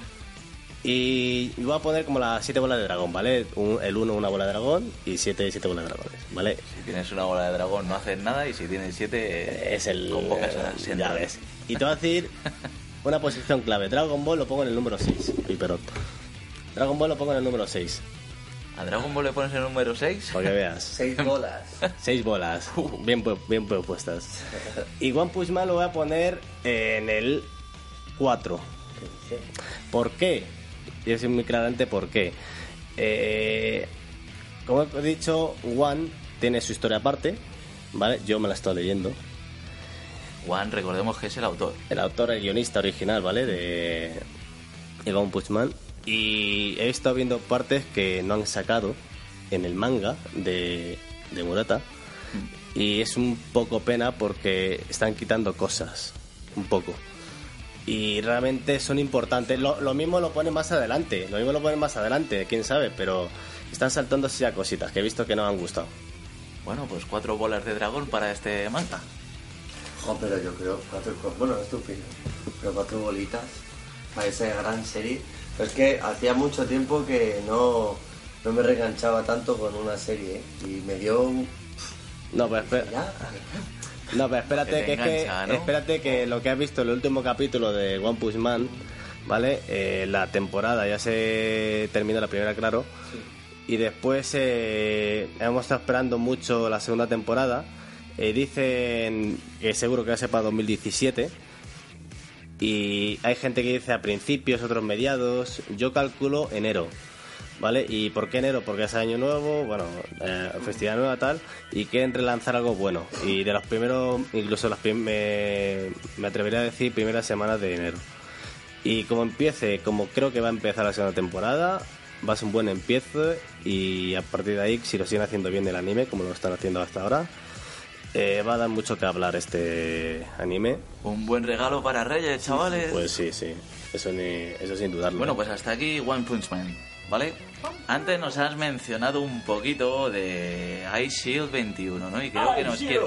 S8: Y voy a poner como las siete bolas de dragón, ¿vale? Un- el 1 una bola de dragón y 7 siete bolas de dragones, ¿vale?
S4: Si tienes una bola de dragón no haces nada y si tienes siete eh,
S8: Es el...
S4: convocas
S8: [LAUGHS]
S4: a
S8: eh,
S4: las
S8: ya
S4: entradas.
S8: ves. Y te voy a decir una posición clave. Dragon Ball lo pongo en el número 6. Uy, perdón. Dragon Ball lo pongo en el número 6.
S4: A Dragon Ball le pones el número 6.
S8: Para que veas.
S5: Seis bolas.
S8: Seis bolas, bien, pu- bien propuestas. Y One Punch Man lo voy a poner en el 4. ¿Por qué? Yo soy muy claramente por qué. Eh, como he dicho, One tiene su historia aparte, ¿vale? Yo me la he estado leyendo.
S4: Juan, recordemos que es el autor.
S8: El autor, el guionista original, ¿vale? De, de One Punch Man. Y he estado viendo partes que no han sacado en el manga de, de Murata. Y es un poco pena porque están quitando cosas. Un poco. Y realmente son importantes. Lo, lo mismo lo ponen más adelante. Lo mismo lo ponen más adelante, quién sabe. Pero están saltándose ya cositas que he visto que no me han gustado.
S4: Bueno, pues cuatro bolas de dragón para este manga.
S5: Jo, pero yo creo cuatro co- bueno, estúpido, pero cuatro bolitas para esa gran serie. Pero es que hacía mucho tiempo que no, no me reganchaba tanto con una serie ¿eh? y me dio un-
S8: No, pero espera.
S5: ya,
S8: No, pero
S4: Que
S8: espérate que,
S4: te
S8: es que-
S4: engancha, ¿no?
S8: espérate que lo que has visto en el último capítulo de One Punch Man, ¿vale? Eh, la temporada ya se terminó la primera, claro. Y después eh, hemos estado esperando mucho la segunda temporada. Eh, dicen que seguro que va a ser para 2017. Y hay gente que dice a principios, otros mediados. Yo calculo enero. ¿Vale? ¿Y por qué enero? Porque es año nuevo, bueno, eh, festividad nueva, tal, y quieren relanzar algo bueno. Y de los primeros, incluso las prim- me, me atrevería a decir primeras semanas de enero. Y como empiece, como creo que va a empezar la segunda temporada, va a ser un buen empiece y a partir de ahí, si lo siguen haciendo bien el anime, como lo están haciendo hasta ahora, eh, va a dar mucho que hablar este anime.
S4: Un buen regalo para Reyes, chavales.
S8: Pues sí, sí, eso, ni- eso sin dudarlo.
S4: Bueno, pues hasta aquí One Punch Man, ¿vale? Antes nos has mencionado un poquito de Ice Shield 21, ¿no? Y creo que nos quieres...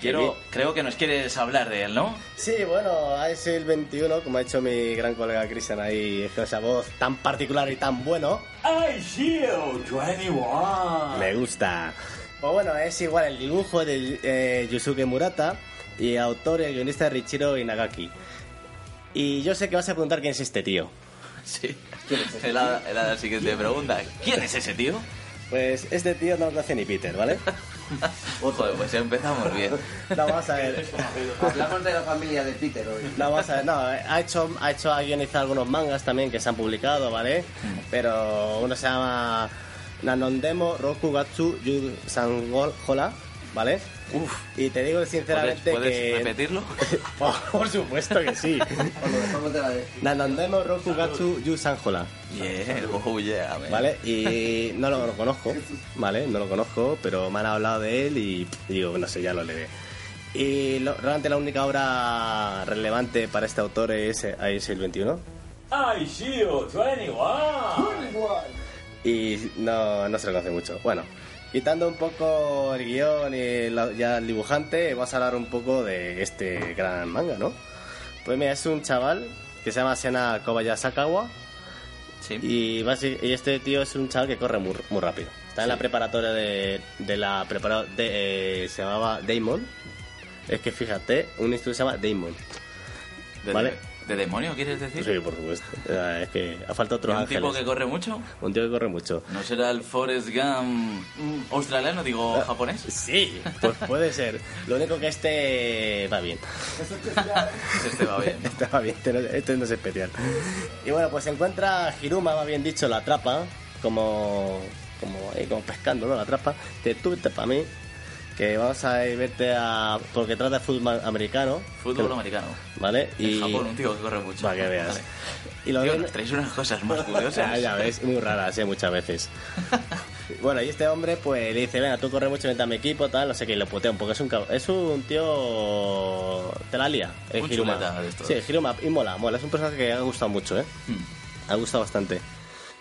S4: Quiero, creo que nos quieres hablar de él, ¿no? [LAUGHS]
S8: Sí, bueno, es el 21, como ha hecho mi gran colega Cristian ahí, con esa voz tan particular y tan bueno,
S3: I Shield 21.
S8: me gusta. Pues bueno, es igual el dibujo de eh, Yusuke Murata y autor y guionista Richiro Inagaki. Y yo sé que vas a preguntar quién es este tío.
S4: Sí. Él ha- él ha dado la siguiente pregunta. ¿Quién es ese tío?
S8: Pues este tío no lo conoce ni Peter, ¿vale?
S4: Joder, pues empezamos
S8: [LAUGHS]
S4: bien.
S8: No, vamos a ver.
S5: hablamos de la familia de Peter [LAUGHS] hoy.
S8: No, vamos a ver, no, ha hecho, ha hecho, ha guionizado algunos mangas también que se han publicado, ¿vale? Pero uno se llama Nanondemo Roku Gatsu Yu Sangol Hola, ¿vale? Uf. Y te digo
S4: ¿Puedes,
S8: sinceramente
S4: puedes
S8: [LAUGHS] que...
S4: repetirlo?
S8: por, por supuesto que sí.
S5: Os lo dejamos de la de-
S8: Nanondemo Roku Gatsu Yu Sanghola. [LAUGHS]
S4: Bien, oh yeah, man.
S8: ¿Vale? Y no lo, lo conozco, ¿vale? No lo conozco, pero me han hablado de él y digo, no sé, ya lo leeré. Y lo- realmente la única obra relevante para este autor es eh, Ice el 21.
S6: I Shield 21.
S8: Y no, no se lo conoce mucho. Bueno, quitando un poco el guión y la- ya el dibujante, vamos a hablar un poco de este gran manga, ¿no? Pues mira, es un chaval que se llama Sena Kobayasakawa
S1: Sí.
S8: Y, basi- y este tío es un chaval que corre muy, muy rápido. Está en la preparatoria de, de la prepara- de, eh, se llamaba Damon. Es que fíjate, un instituto se llama Damon.
S4: ¿De,
S8: Vale.
S4: de demonio quieres decir?
S8: Sí, por supuesto. Ah, Es que ha faltado
S4: ¿Es
S8: otros
S4: ¿Un tipo
S8: ángeles.
S4: que corre mucho?
S8: Un tío que corre mucho.
S4: ¿No será el Forrest Gump mm, australiano, digo,
S8: Ah. [LAUGHS]
S4: japonés?
S8: Sí, pues puede ser. Lo único que este va bien.
S4: Este va bien.
S8: [LAUGHS] Este va bien, este no, este no es especial. Y bueno, pues se encuentra Hiruma, va bien dicho, la trapa, como como, ahí, como pescando, ¿no? La trapa. Te tuviste para mí, que vamos a ir verte a... porque trata de fútbol americano.
S4: Fútbol
S8: Que-
S4: americano.
S8: ¿Vale?
S4: En Japón, un tío que corre mucho.
S8: Para que veas.
S4: Vale.
S8: Y lo
S4: Tío,
S8: ven-
S4: nos traéis unas cosas más
S8: [LAUGHS] Ya,
S4: curiosas.
S8: ya ves, muy raras, ¿eh?
S4: [LAUGHS]
S8: Muchas veces. Bueno, y este hombre, pues, le dice, venga, tú corres mucho, vente a mi equipo, tal, no sé qué, y lo putean, porque es un cab- es un tío... Te la lía, el
S4: Un
S8: Hiruma.
S4: chuleta de estos.
S8: Sí, el Hiruma, y mola, mola, es un personaje que ha gustado mucho, ¿eh?
S4: Hmm.
S8: Ha gustado bastante.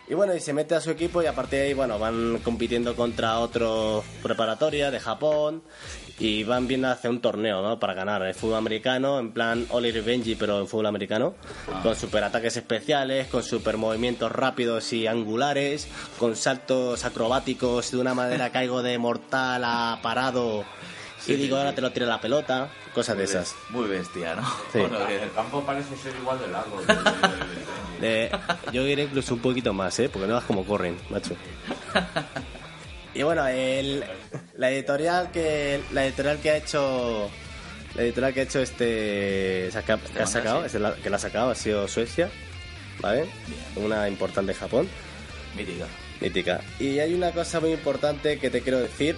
S8: Y bueno, y se mete a su equipo y a partir de ahí, bueno, van compitiendo contra otros preparatoria de Japón y van viendo hacia un torneo, ¿no? Para ganar el fútbol americano, en plan Oli Benji, pero en fútbol americano, con superataques especiales, con super movimientos rápidos y angulares, con saltos acrobáticos de una manera caigo de mortal a parado y digo, ahora te lo tira la pelota, cosas de esas.
S4: Muy bestia, ¿no? [LAUGHS]
S8: Sí.
S4: Por lo que-
S6: El campo parece ser igual de [LAUGHS] largo. que el de- de- de-
S8: Eh, yo iré incluso un poquito más, ¿eh? Porque no vas como corren, macho. Y bueno, el- la editorial que la editorial que ha hecho la editorial que ha hecho este saca- que ha
S4: manga,
S8: sacado,
S4: sí.
S8: este la- que la ha sacado ha sido Suecia, ¿vale? Una importante de Japón,
S4: Mítica.
S8: mítica. Y hay una cosa muy importante que te quiero decir,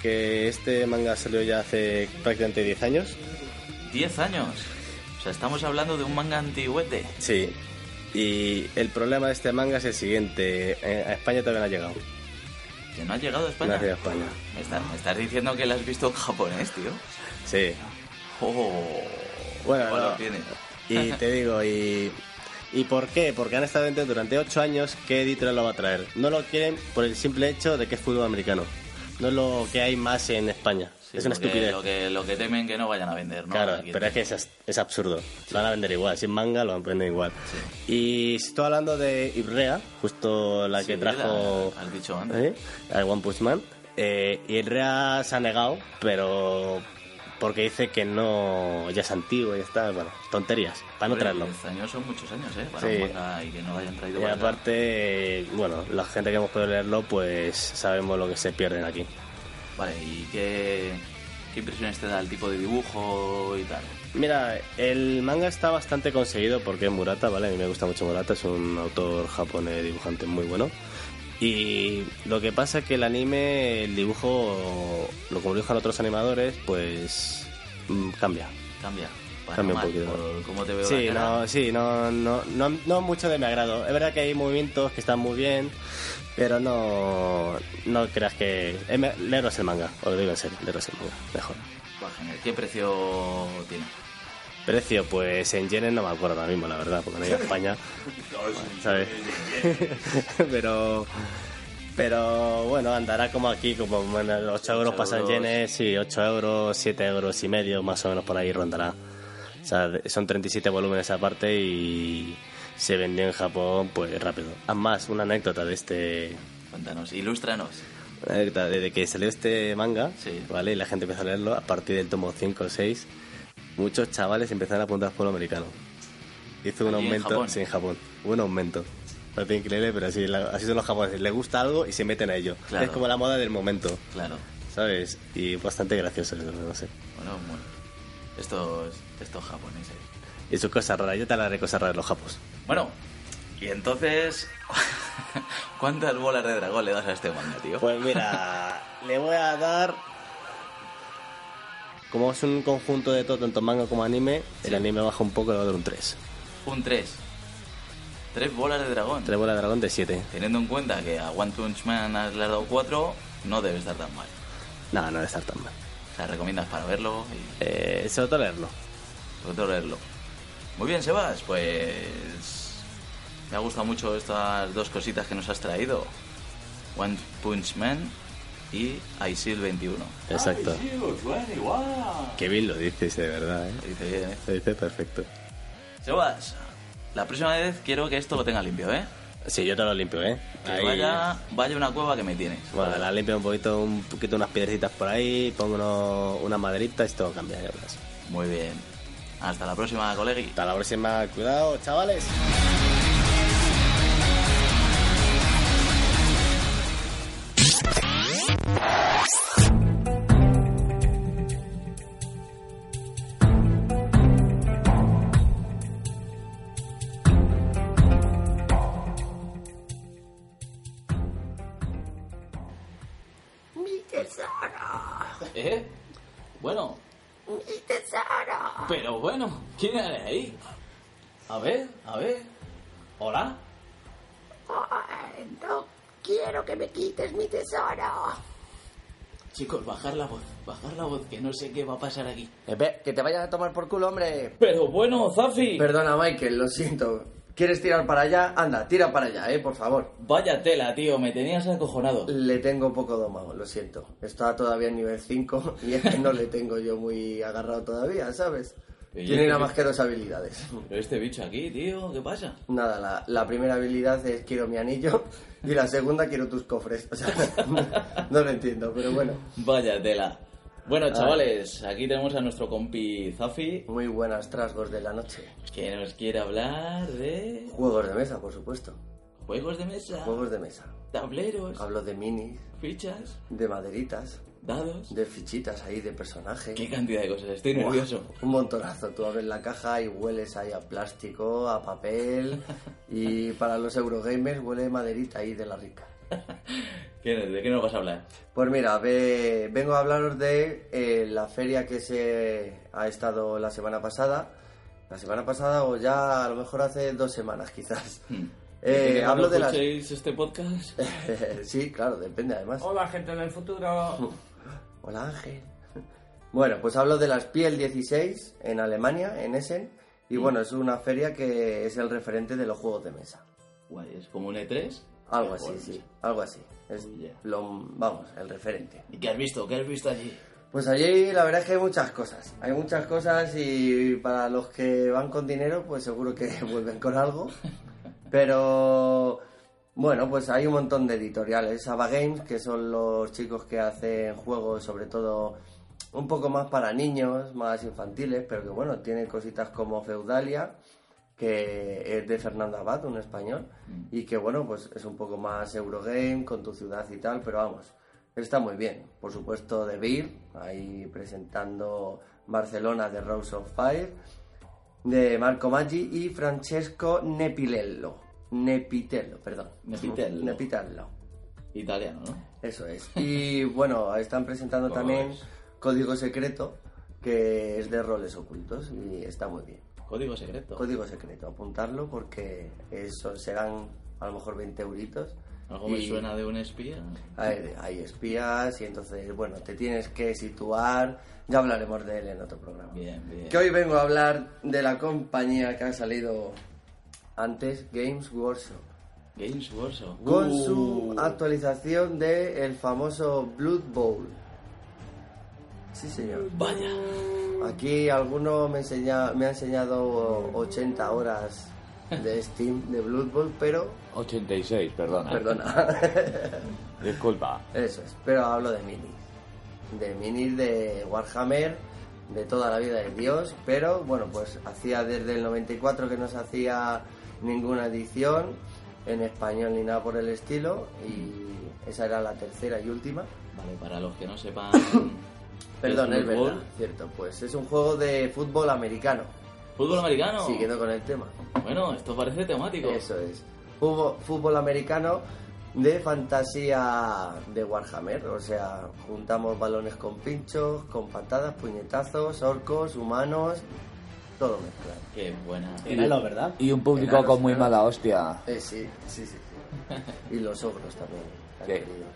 S8: que este manga salió ya hace prácticamente 10 años.
S4: 10 años. O sea, estamos hablando de un manga antigüete.
S8: Sí. Y el problema de este manga es el siguiente, eh, a España todavía no ha llegado.
S4: Que no ha llegado a España.
S8: No ha llegado a España.
S4: Me estás, me estás diciendo que la has visto en japonés, tío.
S8: Sí.
S4: Oh,
S8: Bueno,
S4: igual
S8: no.
S4: lo tiene. [LAUGHS]
S8: Y te digo, y, ¿y por qué? Porque han estado dentro durante 8 años, ¿qué editorial lo va a traer? No lo quieren por el simple hecho de que es fútbol americano. No es lo que hay más en España.
S4: Sí,
S8: es una
S4: lo que-
S8: estupidez.
S4: Lo que, lo que temen que no vayan a vender, ¿no?
S8: Claro,
S4: Aquí-
S8: pero es que es, as- es absurdo. Lo van a vender igual. Si es manga, lo van a vender igual. Y si estoy hablando de Ibrea, justo la que
S4: Sí,
S8: trajo
S4: la- Has dicho antes.
S8: ¿Eh? al One Punch Man. Eh, y el Rea se ha negado, pero porque dice que no, ya es antiguo, ya está, bueno, tonterías, para no
S4: Hombre,
S8: traerlo.
S4: 10 años son muchos años, ¿eh? Para
S8: Sí.
S4: un manga y que no lo hayan traído.
S8: Y
S4: para acá.
S8: aparte, bueno, la gente que hemos podido leerlo, pues sabemos lo que se pierden aquí.
S4: Vale, ¿y qué, qué impresiones te da el tipo de dibujo y tal?
S8: Mira, el manga está bastante conseguido porque es Murata, ¿vale? A mí me gusta mucho Murata, es un autor japonés, dibujante muy bueno. Y lo que pasa es que el anime, el dibujo, lo como dibujan otros animadores, pues mm, cambia.
S4: Cambia. Para
S8: Cambia un
S4: mal,
S8: poquito.
S4: por cómo te veo
S8: Sí,
S4: la cara.
S8: no, sí, no, no, no, no mucho de mi agrado. Es verdad que hay movimientos que están muy bien, pero no, no creas que... eh, me- Leeros el manga, os lo digo en serio, leeros el manga, mejor.
S4: Pues, genial. ¿Qué precio tiene?
S8: Precio, pues en yenes no me acuerdo ahora mismo, la verdad, porque no he ido a España. ¿Sabes? [LAUGHS] pero. Pero bueno, andará como aquí, como bueno, 8 euros pasan
S4: euros.
S8: yenes, sí, 8 euros, 7 euros y medio, más o menos por ahí rondará. O sea, de- son 37 volúmenes aparte y se vendió en Japón pues rápido. Además, una anécdota de este
S4: Cuéntanos, ilústranos.
S8: una anécdota, desde que salió este manga,
S4: Sí.
S8: ¿vale? Y la gente empezó a leerlo, a partir del tomo 5 o 6, muchos chavales empezaron a apuntar al pueblo americano. Hizo un
S4: Allí en
S8: aumento,
S4: Japón.
S8: sí, en Japón, hubo un aumento. Parece increíble, pero así, la- así son los japoneses, les gusta algo y se meten a ello.
S4: Claro.
S8: Es como la moda del momento,
S4: Claro.
S8: ¿sabes? Y bastante gracioso, eso, no sé.
S4: Bueno, bueno. Estos, estos japoneses.
S8: Y sus cosas raras, yo te hablaré de cosas raras de los japos.
S4: Bueno, y entonces... [LAUGHS] ¿Cuántas bolas de dragón le das a este manga, tío?
S8: Pues mira,
S4: [LAUGHS]
S8: le voy a dar. Como es un conjunto de todo, tanto manga como anime, el anime baja un poco, le voy a dar un 3.
S4: Un 3. Tres bolas de dragón.
S8: Tres bolas de dragón de 7.
S4: Teniendo en cuenta que a One Punch Man has le has dado 4, no debe estar tan mal.
S8: No, no debe estar tan mal.
S4: O sea, recomiendas para verlo y
S8: Eh, sobre todo leerlo.
S4: sobre todo leerlo. Muy bien, Sebas, pues... Me ha gustado mucho estas dos cositas que nos has traído. One Punch Man y I Seal 21.
S8: Exacto.
S6: Sí, los bueno, igual.
S8: Qué bien lo dices, de verdad, ¿eh?
S4: Lo dice bien, ¿eh?
S8: Lo dices perfecto.
S4: Sebas, la próxima vez quiero que esto lo tenga limpio, ¿eh?
S8: Sí, yo te lo limpio, ¿eh?
S4: Que
S8: Ahí-
S4: vaya, vaya una cueva que me tienes.
S8: Bueno, la limpio un poquito, un poquito unas piedrecitas por ahí, pongo unos- unas maderitas y todo cambia, ya verás.
S4: Muy bien. Hasta la próxima, colegui.
S8: Hasta la próxima, cuidado, chavales.
S4: ¿Eh? Bueno. Pero bueno, ¿quién eres ahí? A ver, a ver. Hola.
S2: Ah, No quiero que me quites mi tesoro.
S4: Chicos, bajar la voz, bajar la voz, que no sé qué va a pasar aquí.
S5: Eh, que te vayas a tomar por culo, hombre.
S6: Pero bueno, Zafi.
S5: Perdona, Michael, lo siento. ¿Quieres tirar para allá? Anda, tira para allá, eh, por favor.
S4: Vaya tela, tío, me tenías acojonado.
S5: Le tengo poco domado, lo siento. Está todavía en nivel 5 [LAUGHS] y es que no le tengo yo muy agarrado todavía, ¿sabes?
S4: Y
S5: Tiene
S4: yo
S5: nada
S4: creo-
S5: más que dos habilidades.
S4: Pero este bicho aquí, tío, ¿qué pasa?
S5: Nada, la, la primera habilidad es quiero mi anillo [LAUGHS] y la segunda quiero tus cofres. O sea, [LAUGHS] no lo entiendo, pero bueno.
S4: Vaya tela. Bueno, chavales, aquí tenemos a nuestro compi Zafi,
S5: Muy buenas trasgos de la noche.
S4: que nos quiere hablar de
S5: Juegos de mesa, por supuesto.
S4: juegos de mesa,
S5: Juegos de mesa.
S4: tableros,
S5: Hablo de minis,
S4: fichas,
S5: de maderitas,
S4: dados.
S5: de fichitas ahí, de personajes.
S4: Qué cantidad de cosas, estoy nervioso.
S5: Un montonazo. Tú abres la caja y hueles ahí a plástico, a
S4: [LAUGHS]
S5: papel. Y para los Eurogamers huele maderita ahí de la rica.
S4: ¿Qué- ¿De qué nos vas a hablar?
S5: Pues mira, ve- vengo a hablaros de eh, la feria que se ha estado la semana pasada. La semana pasada o ya a lo mejor hace dos semanas quizás. Eh,
S4: Hmm. Que cuando
S5: hablo de las... Eh.
S4: escuchéis este podcast?
S5: [LAUGHS] sí, claro, depende además.
S6: Hola, gente del futuro.
S5: Hola Ángel. Bueno, pues hablo de las Piel 16 en Alemania, en Essen. Y bueno, es una feria que es el referente de los juegos de mesa.
S4: Guay, es como un E E3.
S5: Algo
S4: Pero
S5: así,
S4: bueno,
S5: sí. Algo así. Es
S4: Uy, ya.
S5: lo, vamos, el referente.
S4: ¿Y qué has visto? ¿Qué has visto allí?
S5: Pues allí la verdad es que hay muchas cosas. Hay muchas cosas y para los que van con dinero, pues seguro que [LAUGHS] vuelven con algo. Pero bueno, pues hay un montón de editoriales. Ava Games, que son los chicos que hacen juegos sobre todo un poco más para niños, más infantiles, pero que bueno, tienen cositas como Feudalia, que es de Fernando Abad, un español, y que bueno, pues es un poco más Eurogame con tu ciudad y tal, pero vamos, está muy bien. Por supuesto, De Beer, ahí presentando Barcelona de Rose of Fire, de Marco Maggi y Francesco Nepilello. Nepitello, perdón.
S4: Nepitello.
S5: Nepitello.
S4: Italiano, ¿no?
S5: Eso es. Y bueno, están presentando
S4: ¿Cómo
S5: también
S4: ves?
S5: Código Secreto, que es de roles ocultos y está muy bien.
S4: Código secreto.
S5: Código Secreto, apuntarlo porque eso serán a lo mejor 20 euritos.
S4: Algo
S5: y
S4: me suena de un espía.
S5: a ver, hay espías y entonces, bueno, te tienes que situar. Ya hablaremos de él en otro programa.
S4: Bien, bien.
S5: Que hoy vengo a hablar de la compañía que ha salido antes, Games Workshop.
S4: Games Workshop.
S5: con
S4: Uh,
S5: su actualización de el famoso Blood Bowl. Sí, señor.
S4: Vaya.
S5: Aquí alguno me, enseña, me ha enseñado 80 horas de Steam de Blood Bowl, pero
S6: 86, perdona.
S5: perdona. [LAUGHS]
S6: Disculpa.
S5: Eso es, pero hablo de minis. De minis de Warhammer, de toda la vida de Dios, pero bueno, pues hacía desde el 94 que no se hacía ninguna edición en español ni nada por el estilo, y esa era la tercera y última.
S4: Vale, para los que no sepan. [COUGHS]
S5: Perdón,
S4: ¿qué
S5: es verdad,
S4: fútbol?
S5: cierto, pues es un juego de fútbol americano,
S4: Fútbol americano.
S5: siguiendo con el tema.
S4: Bueno, esto parece temático.
S5: Eso es. Fútbol, fútbol americano de fantasía de Warhammer. O sea, juntamos balones con pinchos, con patadas, puñetazos, orcos, humanos, todo mezclado.
S4: Qué buena.
S8: Míralo, ¿verdad?
S6: Y un público
S5: Enanos,
S6: con muy
S5: enanos.
S6: mala hostia.
S5: Eh, sí, sí, sí. sí. Y los ogros también. han
S6: Sí.
S5: querido.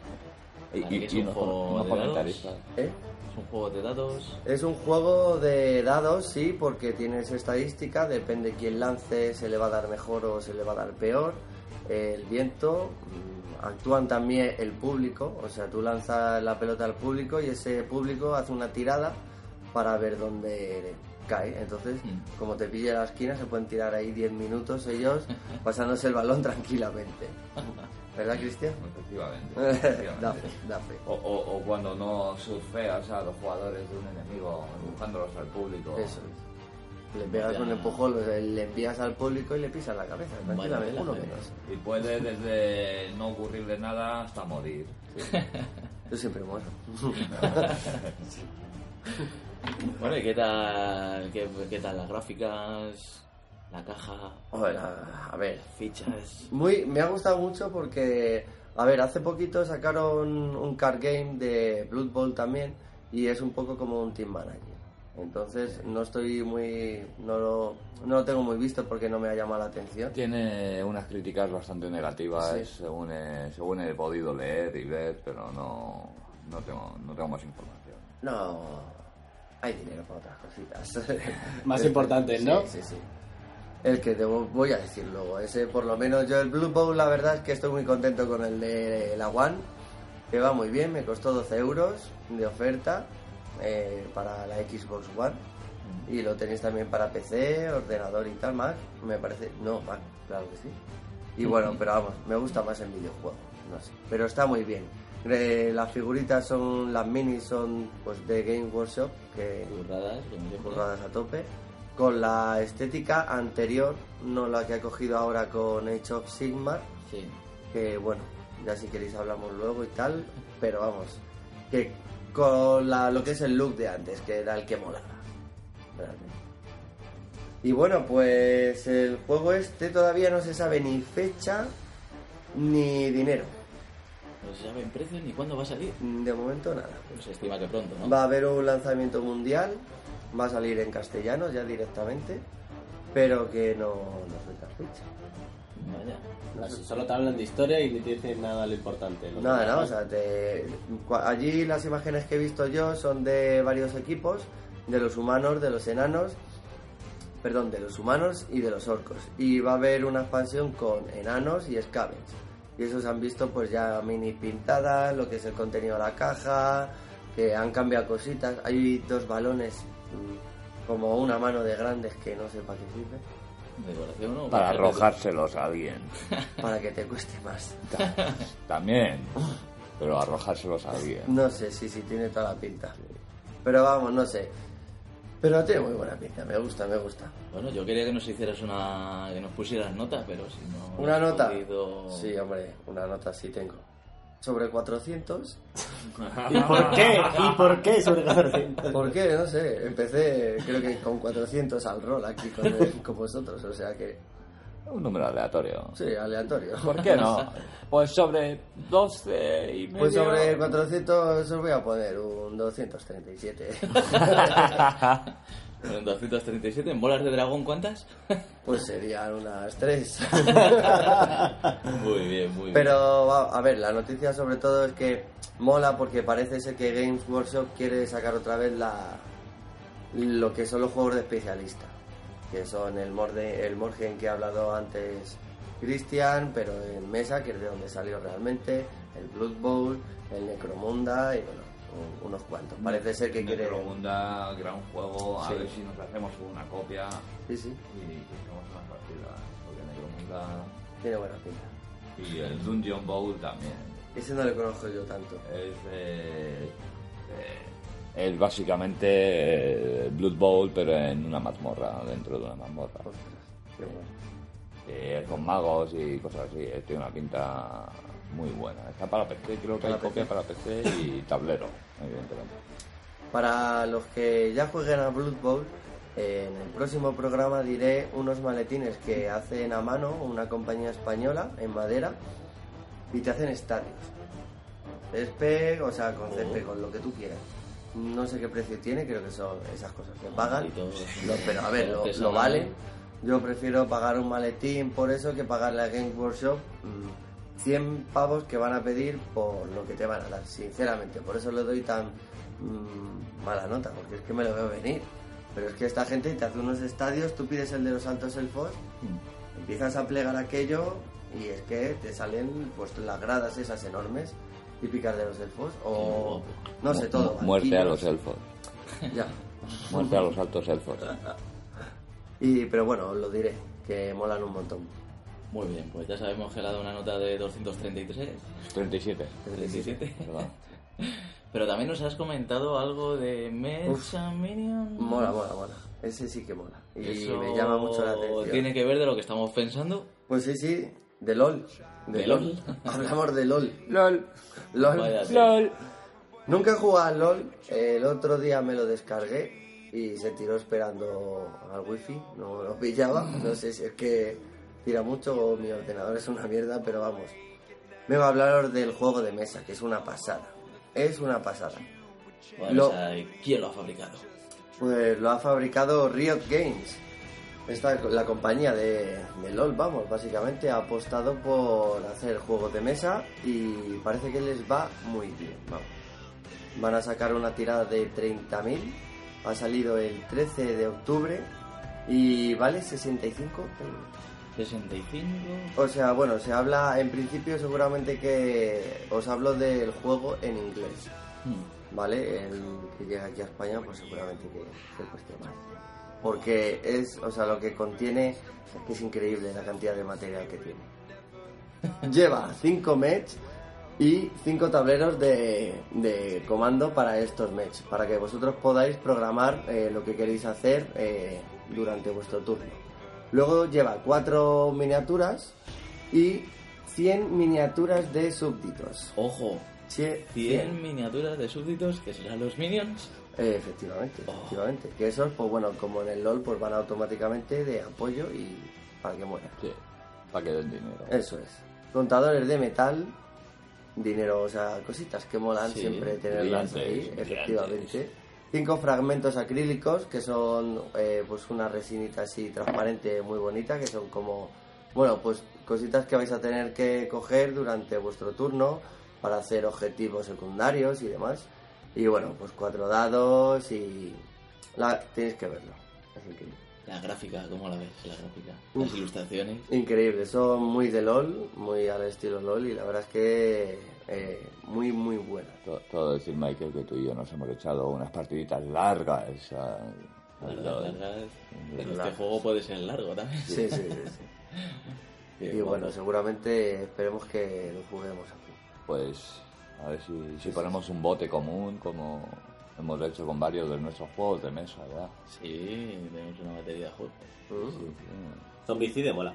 S6: Y,
S4: Aquí
S6: y,
S4: es
S6: y
S4: un
S6: unos
S4: juego
S6: unos
S4: de
S6: comentaristas.
S4: dados.
S5: ¿Eh?
S4: Es un juego de dados.
S5: Es un juego de dados, sí, porque tienes estadística, depende quién lance, se le va a dar mejor o se le va a dar peor. El viento, mm, actúan también el público, o sea, tú lanzas la pelota al público y ese público hace una tirada para ver dónde cae. Entonces,
S4: Mm.
S5: como te pilla la esquina, se pueden tirar ahí 10 minutos ellos pasándose el balón tranquilamente. ¿Verdad, Cristian?
S6: Efectivamente. [LAUGHS]
S5: da
S6: efectivamente.
S5: fe, da fe.
S6: O, o- o cuando no surfeas a los jugadores de un enemigo empujándolos al público.
S5: Eso es. Le pegas un empujón, le- le envías al público y le pisas la cabeza.
S4: Vaya
S5: Tranquilamente,
S4: tela,
S5: uno
S4: eh.
S5: menos.
S6: Y puede desde no ocurrirle nada hasta morir.
S5: Yo siempre muero.
S4: Bueno, ¿y qué tal, qué, qué tal las gráficas? La caja,
S5: Hola, a ver.
S4: fichas.
S5: Muy, me ha gustado mucho porque, a ver, hace poquito sacaron un card game de Blood Bowl también y es un poco como un team manager. Entonces no estoy muy, no lo, no lo tengo muy visto porque no me ha llamado la atención.
S6: Tiene unas críticas bastante negativas
S5: Sí.
S6: según, he, según he podido leer y ver, pero no, no, tengo, no tengo más información.
S5: No, hay dinero para otras cositas.
S7: Más
S5: Este,
S7: importantes, ¿no?
S5: [LAUGHS] Sí, sí, sí. El que te vo- voy a decir luego, ese por lo menos yo el Blue Bowl la verdad es que estoy muy contento con el de la One, que va muy bien, me costó 12 euros de oferta eh, para la Xbox One y lo tenéis también para PC, ordenador y tal, Mac, me parece, no, Mac, claro que sí. Y bueno, pero vamos, me gusta más el videojuego, no sé, pero está muy bien. Eh, las figuritas son, las minis son pues de Game Workshop, que
S4: Curradas, como siempre.
S5: curradas a tope, con la estética anterior, no la que ha cogido ahora con Age of Sigmar,
S4: Sí.
S5: que bueno, ya si queréis hablamos luego y tal, pero vamos, que con la, lo que es el look de antes, que era el que molaba. realmente. Y bueno, pues el juego este todavía no se sabe ni fecha ni dinero.
S4: No se saben precios ni cuándo va a salir.
S5: De momento nada.
S4: Pero se estima que pronto, ¿no?
S5: Va a haber un lanzamiento mundial, va a salir en castellano ya directamente, pero que no nos metas ficha.
S4: Vaya.
S7: Así, Solo te hablan de historia y ni te dicen nada lo importante. Lo
S5: Pues Nada,
S7: demás,
S5: no, o sea, te- cua- allí las imágenes que he visto yo son de varios equipos, de los humanos, de los enanos, perdón, de los humanos y de los orcos. Y va a haber una expansión con enanos y scavens. Y esos han visto pues ya mini pintadas, lo que es el contenido de la caja, que han cambiado cositas. Hay dos balones mm, como una mano de grandes que no sé para qué sirven,
S4: Decoración o
S6: Para
S4: objetos.
S6: arrojárselos a [LAUGHS] alguien.
S5: para que te cueste más.
S6: También. Pero arrojárselos a [LAUGHS] alguien.
S5: No sé, sí, sí, tiene toda la pinta. Pero vamos, no sé. Pero tiene muy buena pinta, me gusta, me gusta.
S4: Bueno, yo quería que nos hicieras una. que nos pusieras nota, pero si no.
S5: ¿Una
S4: has
S5: nota?
S4: podido-
S5: Sí, hombre, una nota sí tengo. Sobre 400.
S7: ¿Y por qué? ¿Y por qué sobre 400?
S5: ¿Por qué? No sé, empecé creo que con 400 al rol aquí [LAUGHS] con, con vosotros, o sea que...
S6: Un número aleatorio.
S5: Sí, aleatorio.
S6: ¿Por qué [LAUGHS] no? Pues sobre 12 y medio.
S5: [LAUGHS] Pues sobre 400 os voy a poner un [LAUGHS] 237.
S4: Bueno, en 237, en bolas de dragón,
S5: [LAUGHS]
S4: ¿cuántas?
S5: Pues serían unas 3.
S4: muy bien, muy bien.
S5: Pero va- a ver, la noticia sobre todo es que mola porque parece ser que Games Workshop quiere sacar otra vez la lo que son los juegos de especialista, que son el morde, el Morgen que ha hablado antes Cristian, pero en mesa, que es de donde salió realmente, el Blood Bowl, el Necromunda y bueno, un- unos cuantos. Parece ser que quiere
S6: Necromunda, gran juego. A
S5: Sí.
S6: ver si nos hacemos una copia
S5: Sí, sí,
S6: y que hacemos una partida. Porque Necromunda
S5: tiene buena pinta.
S6: y el Dungeon Bowl también.
S5: Ese no lo conozco yo tanto.
S6: es eh, el básicamente eh, Blood Bowl pero en una mazmorra dentro de una mazmorra
S5: Ostras, qué bueno.
S6: Eh, con magos y cosas así eh, tiene una pinta muy buena está para PC creo que hay
S5: Para PC.
S6: copia para PC y tablero evidentemente
S5: Para los que ya jueguen a Blood Bowl, eh, en el próximo programa diré unos maletines que hacen a mano una compañía española en madera y te hacen estadios. Césped, o sea, con césped, con lo que tú quieras. No sé qué precio tiene, creo que son esas cosas que pagan.
S4: y todo.
S5: No, pero a ver, lo, lo vale. Yo prefiero pagar un maletín por eso que pagarle a Game Workshop mm, 100 pavos que van a pedir por lo que te van a dar, sinceramente. Por eso le doy tan mm, mala nota, porque es que me lo veo venir. Pero es que esta gente te hace unos estadios, tú pides el de los Santos Elfos, empiezas a plegar aquello y es que te salen pues las gradas esas enormes típicas de los elfos o no sé
S6: Mu-
S5: todo.
S6: muerte a
S5: banquillos.
S6: los elfos
S5: Ya.
S6: Muerte a los altos elfos.
S5: [LAUGHS] Y, pero bueno, os lo diré, que molan un montón.
S4: Muy bien, pues ya sabemos que le ha dado una nota de 233,
S6: 37.
S4: 37.
S6: Perdón.
S4: Pero también nos has comentado algo de Mecha Minion.
S5: Mola, mola, mola. Ese sí que mola. Y
S4: Eso
S5: me llama mucho la atención.
S4: Tiene que ver de lo que estamos pensando.
S5: Pues sí, sí, de LOL.
S4: ¿De LOL?
S5: [LAUGHS] Hablamos de LOL. LOL. LOL.
S4: Vaya, sí.
S5: Nunca he jugado al LOL. El otro día me lo descargué y se tiró esperando al wifi. No lo pillaba. No sé si es que tira mucho o mi ordenador es una mierda, pero vamos. Me va a hablar del juego de mesa, que es una pasada. Es una pasada.
S4: Vale,
S5: Lo-
S4: o sea, ¿Quién lo ha fabricado?
S5: Pues lo ha fabricado Riot Games. Esta, la compañía de, de LOL, vamos, básicamente ha apostado por hacer juegos de mesa y parece que les va muy bien. Vamos. Van a sacar una tirada de 30.000. Ha salido el 13 de octubre y vale 65 euros.
S4: 65.
S5: O sea, bueno, se habla, en principio seguramente que os hablo del juego en inglés.
S4: Hmm.
S5: ¿vale? El que llega aquí a España, pues seguramente que se cueste más. Porque es, o sea, lo que contiene es que es increíble la cantidad de material que tiene. Lleva 5 mechs y 5 tableros de, de comando para estos mechs, para que vosotros podáis programar eh, lo que queréis hacer eh, durante vuestro turno. Luego lleva 4 miniaturas y 100 miniaturas de súbditos.
S4: Ojo,
S5: Che-
S4: 100 miniaturas de súbditos que serán los minions.
S5: Eh, Efectivamente, efectivamente. Que esos, pues bueno, como en el LOL, pues van automáticamente de apoyo y para que muera.
S6: Sí, para que den dinero.
S4: Eh.
S5: Eso es. Contadores de metal, dinero, o sea, cositas que molan
S4: Sí,
S5: siempre tenerlas ahí,
S6: brillantes,
S5: efectivamente. Cinco fragmentos acrílicos que son eh, pues una resinita así transparente muy bonita, que son como, bueno, pues cositas que vais a tener que coger durante vuestro turno para hacer objetivos secundarios y demás. Y bueno, pues cuatro dados y... La, tenéis que verlo. Es increíble.
S4: La gráfica, ¿cómo la ves? La gráfica.
S5: Uf.
S4: Las ilustraciones.
S5: Increíble, son muy de LOL, muy al estilo LOL y la verdad es que eh, muy, muy buena.
S6: To- Todo decir, Michael, que tú y yo nos hemos echado unas partiditas largas. al- al
S4: Largas,
S6: LOL.
S4: largas. Pero este
S5: Largas.
S4: juego puede ser largo también.
S5: Sí, sí, sí. sí.
S4: [LAUGHS] Qué
S5: Y
S4: guapo.
S5: bueno, seguramente esperemos que lo juguemos aquí.
S6: Pues a ver si, si ponemos un bote común, como hemos hecho con varios de nuestros juegos de mesa, ¿verdad?
S4: Sí, tenemos una batería justa.
S5: ¿Mm?
S8: Zombicide mola.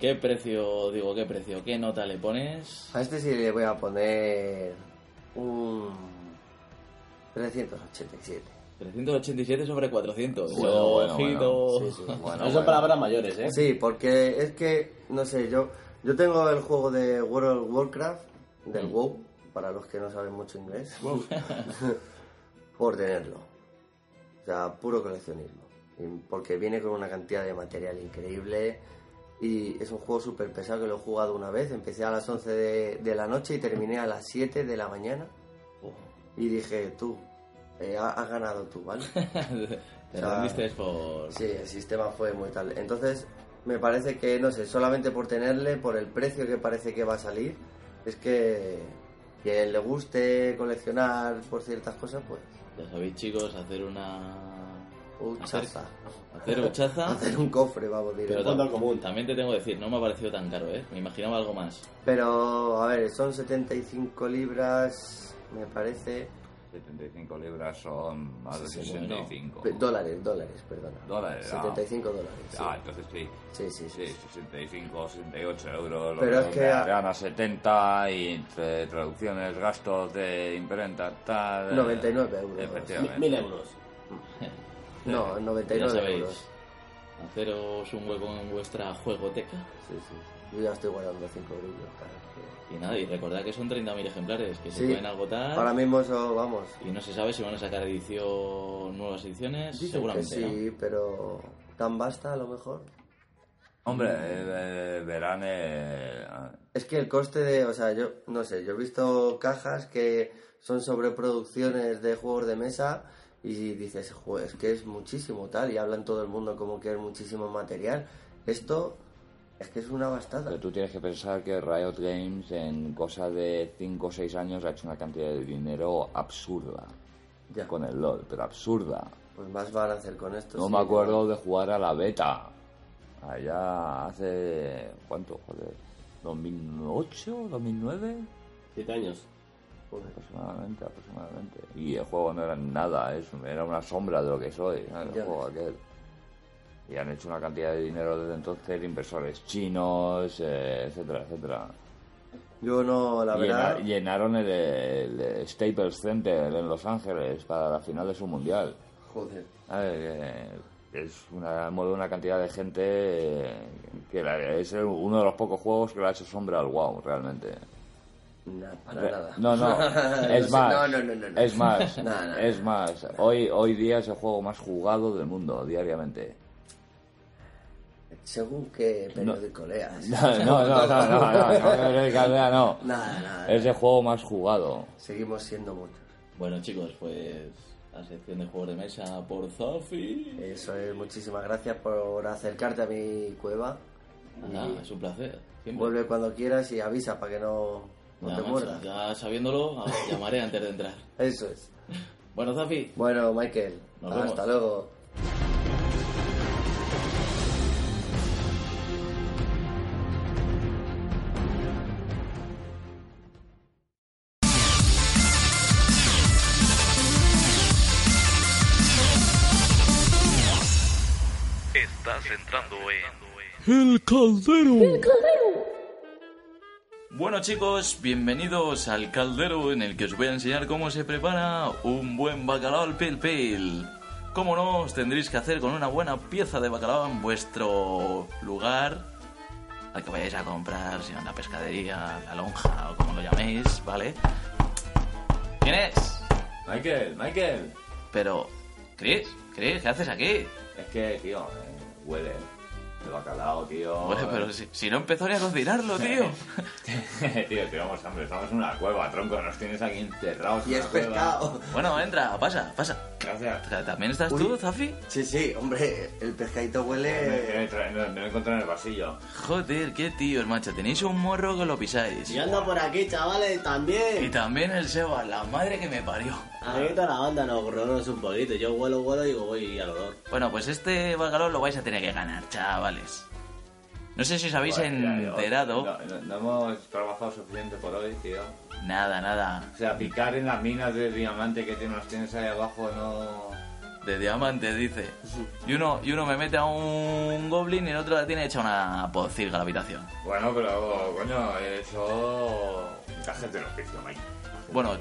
S4: ¿Qué precio, digo, qué precio, qué nota le pones?
S5: A este sí le voy a poner un 387.
S4: 387 sobre 400.
S6: Sí, bueno, bueno,
S4: Ojito.
S5: Sí, sí.
S4: [LAUGHS]
S6: Bueno,
S8: No son
S6: bueno.
S8: palabras mayores, ¿eh?
S5: Sí, porque es que, no sé, yo, yo tengo el juego de World of Warcraft, del WoW, para los que no saben mucho inglés, [LAUGHS] por tenerlo. O sea, puro coleccionismo. Y Porque viene con una cantidad de material increíble y es un juego súper pesado que lo he jugado una vez. Empecé a las 11 de, de la noche y terminé a las 7 de la mañana. Y dije, tú, eh, ha- has ganado tú, ¿vale?
S4: [LAUGHS] Te
S5: O sea,
S4: rendiste por...
S5: Sí, el sistema fue muy tal. Entonces, me parece que, no sé, solamente por tenerle, por el precio que parece que va a salir, es que que le guste coleccionar por ciertas cosas, pues,
S4: Ya sabéis, chicos, hacer una...
S5: un
S4: Hacer-
S5: chaza.
S4: Hacer huchaza.
S5: [LAUGHS] Hacer un cofre, vamos,
S4: Pero
S5: directo.
S8: fondo
S4: tam-
S8: común.
S4: también te tengo que decir, no me ha parecido tan caro, ¿eh? Me imaginaba algo más.
S5: Pero, a ver, son 75 libras, me parece.
S6: 75 libras son más de
S4: Sí, sí, bueno.
S6: 65.
S5: pe- Dólares, dólares, perdona.
S6: Dólares, ah.
S5: 75 dólares. sí.
S6: Ah, entonces sí.
S5: Sí, sí, sí.
S6: Sí, 65, 68 euros. lo
S5: Pero es que-
S6: Gana 70 y entre traducciones, gastos de imprenta, tal. eh,
S5: 99 euros.
S6: Efectivamente.
S8: Mil euros.
S5: No,
S4: Ya
S5: 99
S4: sabéis,
S5: euros.
S4: haceros un hueco en vuestra juegoteca.
S5: Sí, sí. Yo ya estoy guardando 5 euros. claro, que-
S4: Y nada, y recordad que son 30.000 ejemplares que se
S5: Sí.
S4: pueden agotar.
S5: Ahora mismo eso, vamos.
S4: Y no se sabe si van a sacar edición, nuevas ediciones.
S5: Dicen
S4: Seguramente.
S5: que
S4: ¿no?
S5: sí, pero tan basta a lo mejor.
S6: Hombre, eh, eh, verán. eh, ah,
S5: Es que el coste de, o sea, yo no sé, yo he visto cajas que son sobreproducciones de juegos de mesa y dices, "Jo, es que es muchísimo tal, y hablan todo el mundo como que es muchísimo material. Esto es que es una bastada.
S6: Pero tú tienes que pensar que Riot Games en cosa de 5 o 6 años ha hecho una cantidad de dinero absurda
S5: Ya.
S6: con el LOL, pero absurda.
S5: Pues más van a hacer con esto.
S6: No
S5: sí.
S6: me acuerdo de jugar a la beta. Allá hace. ¿Cuánto? Joder. ¿2008? ¿2009?
S7: Siete años.
S6: Aproximadamente, aproximadamente. Y el juego no era nada, es, era una sombra de lo que soy, ¿sabes? el
S5: Ya
S6: juego aquel. Y han hecho una cantidad de dinero desde entonces, inversores chinos, eh, etcétera, etcétera.
S5: Yo no, la
S6: Llena-
S5: verdad.
S6: llenaron el, el Staples Center en Los Ángeles para la final de su mundial.
S5: Joder.
S6: A ver, eh, es una, mueve una cantidad de gente eh, que la- es uno de los pocos juegos que le ha hecho sombra al WoW, realmente.
S5: Nah, para
S6: Re-
S5: nada.
S6: Eh, No, no, es
S5: sé,
S6: más.
S5: [LAUGHS] No, no, no, no.
S6: Es
S5: [LAUGHS]
S6: más,
S5: No, no,
S6: es más. Hoy, hoy día es el juego más jugado del mundo, diariamente. [LAUGHS]
S5: Según que
S4: [LAUGHS]
S5: periódico leas.
S6: No, no, no, no, no, no, no, no, no, no, no.
S5: Nada, nada.
S6: Es el juego más jugado.
S5: Seguimos siendo muchos.
S4: Bueno, chicos, pues la sección de juegos de mesa por Zafi.
S5: Eso es, muchísimas gracias por acercarte a mi cueva.
S4: Nada, es un placer. Siempre.
S5: Vuelve cuando quieras y avisa para que no, no
S4: Nada,
S5: te
S4: macho,
S5: muerdas.
S4: ya sabiéndolo, a- llamaré antes de entrar.
S5: Eso es.
S4: Bueno, Zafi,
S5: Bueno, Michael,
S4: Nos
S5: hasta
S4: vemos.
S5: luego.
S10: Estás entrando en
S4: Bueno chicos, bienvenidos al caldero en el que os voy a enseñar cómo se prepara un buen bacalao al pil pil. Como no, os tendréis que hacer con una buena pieza de bacalao en vuestro lugar al que vayáis a comprar, si no en la pescadería, la lonja o como lo llaméis, ¿vale? ¿Quién es?
S6: Michael, Michael.
S4: Pero, Chris, Chris, ¿qué haces aquí?
S6: Es que, tío, eh, huele. El bacalao, tío.
S5: [LAUGHS]
S4: Hombre,
S6: [LAUGHS]
S4: pero si, si no empezó ni a cocinarlo, tío.
S6: tío, tenemos hambre, estamos en una cueva, tronco, nos tienes aquí encerrados.
S5: Y
S6: en
S5: es
S6: una cueva.
S5: pescado.
S4: Bueno, entra, pasa, pasa.
S6: Gracias.
S4: ¿También estás
S5: Uy.
S4: tú, Zafi?
S5: Sí, sí, hombre, el pescadito
S6: Me,
S5: huele.
S6: me tra- me- me lo he encontrado en el pasillo.
S4: Joder, qué tíos, macho. Tenéis un morro que lo pisáis.
S8: Yo ando por aquí, chavales,
S4: Y
S8: también.
S4: también el Seba, la madre que me parió.
S8: A mí toda la onda nos es un poquito. Yo vuelo, vuelo y digo, voy al olor.
S4: Bueno, pues este bacalao lo vais a tener que ganar, chavales. No sé si os habéis
S6: Joder, tío,
S4: enterado.
S6: No, no- no hemos trabajado suficiente por hoy, tío.
S4: Nada, nada.
S6: O sea, picar en las minas de diamante que te- nos tienes ahí abajo no.
S4: De diamante, dice. Y uno, y uno me mete a un goblin y el otro la tiene hecha una pocilga a la habitación.
S6: Bueno, pero coño, he hecho. Cajes del oficio, Mike.
S4: Bueno,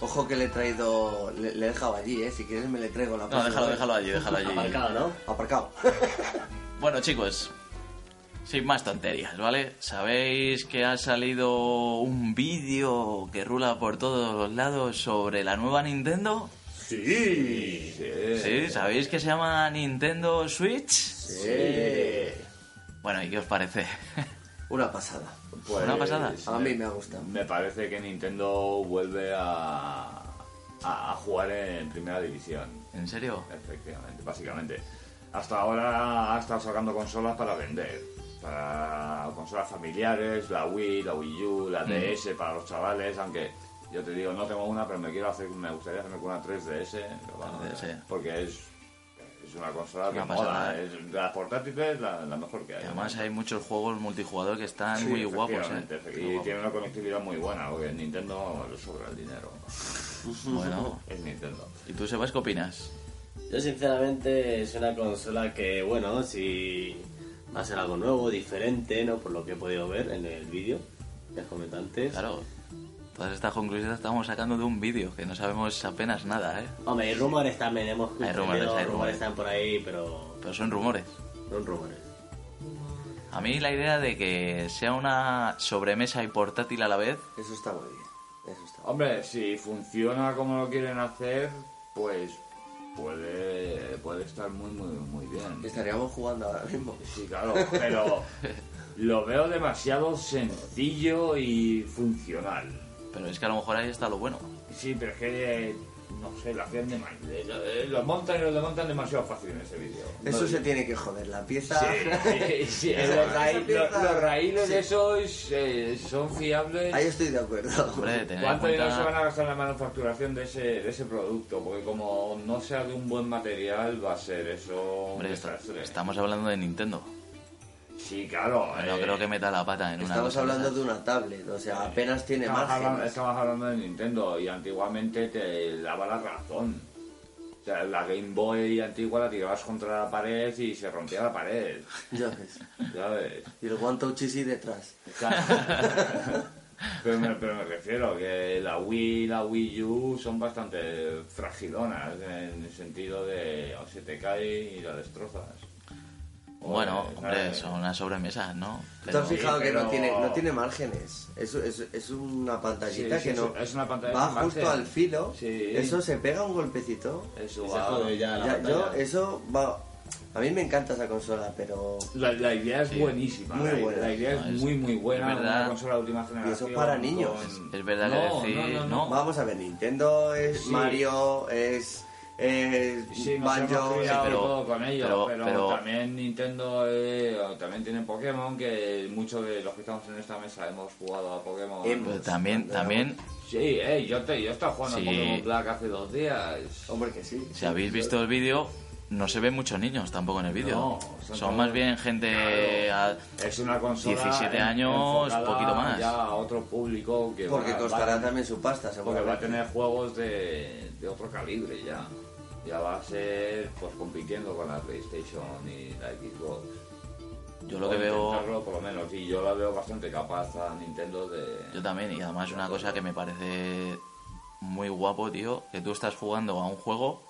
S5: Ojo que le he traído. Le, le he dejado allí, eh. Si quieres me le traigo la
S4: no,
S5: próxima
S4: déjalo,
S5: vez.
S4: déjalo allí, déjalo allí.
S8: Aparcado,
S5: [LAUGHS]
S8: ¿no?
S5: Aparcado.
S4: Bueno, chicos, sin más tonterías, ¿vale? Sabéis que ha salido un vídeo que rula por todos los lados sobre la nueva Nintendo.
S6: Sí, sí.
S4: Sí, ¿sabéis que se llama Nintendo Switch? Bueno, ¿y qué os parece? [LAUGHS]
S5: Una pasada.
S6: Pues,
S4: Una pasada.
S5: A mí me ha gustado.
S6: Me parece que Nintendo vuelve a, a, a jugar en primera división,
S4: ¿En serio?
S6: efectivamente, básicamente. Hasta ahora ha estado sacando consolas para vender. Para consolas familiares, la Wii, la Wii U, la DS para los chavales, aunque yo te digo, no tengo una, pero me quiero hacer, me gustaría hacerme con una 3DS, pero bueno,
S4: 3DS.
S6: porque es, es una consola
S4: Una
S6: que
S4: pasada.
S6: mola, es, de las portátiles la, la mejor que hay.
S4: Además hay muchos juegos multijugador que están
S6: Sí,
S4: muy guapos,
S6: efectivamente,
S4: ¿eh?
S6: Y
S4: Muy guapos.
S6: tiene una conectividad muy buena, porque en Nintendo le sobra el dinero.
S4: Bueno,
S6: Es Nintendo.
S4: ¿y tú, Sebas, qué opinas?
S8: Yo sinceramente es una consola que, bueno, si va a ser algo nuevo, diferente, ¿no? Por lo que he podido ver en el vídeo que has comentado antes.
S4: Claro, todas estas conclusiones las estamos sacando de un vídeo que no sabemos apenas nada, ¿eh?
S8: Hombre, hay rumores también, hemos
S4: Hay rumores,
S8: entendido,
S4: hay rumores.
S8: están por ahí, pero
S4: Pero son rumores.
S8: son rumores.
S4: A mí la idea de que sea una sobremesa y portátil a la vez,
S5: Eso está muy bien. Eso está muy
S6: Hombre, si funciona como lo quieren hacer, pues puede, puede estar muy, muy, muy
S5: bien.
S6: bien.
S5: Estaríamos jugando ahora mismo.
S6: Sí, claro, pero lo veo demasiado sencillo y funcional.
S4: pero es que a lo mejor ahí está lo bueno.
S6: Sí, pero es que eh, No sé, lo hacían de mal. eh, lo- eh, Lo montan y lo desmontan demasiado fácil en ese vídeo.
S5: Eso se tiene que joder, la pieza.
S6: Sí, sí,
S5: Esa-
S6: los,
S5: esa
S6: raí-
S5: pieza-
S6: lo- los raíles
S5: sí.
S6: de esos eh, son fiables.
S5: [LAUGHS] Ahí estoy de acuerdo.
S4: Hombre, tener en
S6: ¿Cuánto dinero se van
S4: cuenta...
S6: a gastar en la manufacturación de ese, de ese producto? Porque como no sea de un buen material, va a ser eso un
S4: Hombre, esto-
S6: desastre.
S4: estamos hablando de Nintendo.
S6: Sí, claro.
S4: No
S6: eh,
S4: creo que meta la pata en una
S5: Estamos
S4: cosa
S5: hablando
S4: esas.
S5: de una tablet, o sea, apenas tiene
S6: Estamos hablando,
S5: margen.
S6: estamos hablando de Nintendo y antiguamente te daba la razón. O sea, la Game Boy antigua la tirabas contra la pared y se rompía la pared.
S5: [LAUGHS] Ya ves.
S6: ¿Sabes?
S5: Y el One Touch Easy detrás.
S6: [LAUGHS] Pero me, pero me refiero que la Wii y la Wii U son bastante fragilonas en el sentido de o se te cae y la destrozas. O,
S4: Bueno,
S6: eh,
S4: hombre,
S6: ¿sabes?
S4: son unas sobremesas, ¿no?
S5: ¿Tú te
S4: Pero
S5: has fijado que no
S6: pero-
S5: tiene, no tiene márgenes? Es, es, es una pantallita
S6: Sí, sí,
S5: que no.
S6: es- es una pantalla
S5: va
S6: sin
S5: justo
S6: margen.
S5: al filo.
S6: Sí.
S5: Eso se pega un golpecito.
S6: Eso
S7: Se
S6: va-
S7: jode ya la
S5: Ya, yo,
S7: pantalla.
S5: eso va. A mí me encanta esa consola, pero.
S6: La, la idea es buenísima.
S5: Muy
S6: la,
S5: buena.
S6: la idea es
S4: No, es-
S6: muy, muy buena.
S4: es verdad.
S6: Una consola de última generación.
S5: para niños.
S4: Es verdad que
S6: No,
S4: decir,
S6: no, no,
S4: no.
S5: Vamos a ver, Nintendo es
S6: Sí.
S5: Mario, es. es
S6: Sí, nos hemos
S5: Banjo.
S6: criado
S4: pero-
S6: todo con ellos,
S4: pero-
S6: pero,
S4: pero-
S6: también Nintendo eh, o también tiene Pokémon, que muchos de los que estamos en esta mesa hemos jugado a Pokémon.
S5: Hemos.
S4: Pero pues también, también,
S6: Sí, eh, yo, te, yo estaba jugando
S4: Sí.
S6: a Pokémon Black hace dos días.
S5: Hombre, que sí.
S4: si habéis visto el vídeo, no se ven muchos niños tampoco en el vídeo.
S6: No,
S4: son
S6: son todos-
S4: más bien gente...
S6: Claro.
S4: a-
S6: Es una consola
S4: 17
S6: en-
S4: años,
S6: enfocada
S4: poquito más.
S6: Ya a otro público que
S5: Porque
S6: va-
S5: costará
S6: va-
S5: también su pasta,
S6: Porque
S5: seguramente.
S6: va a tener juegos de, de otro calibre ya. Ya va a ser pues compitiendo con la PlayStation y la Xbox.
S4: Yo lo que
S6: O
S4: veo...
S6: intentarlo, por lo menos, y yo la veo bastante capaz a Nintendo de.
S4: Yo también, y además una cosa que me parece muy guapo, tío, que tú estás jugando a un juego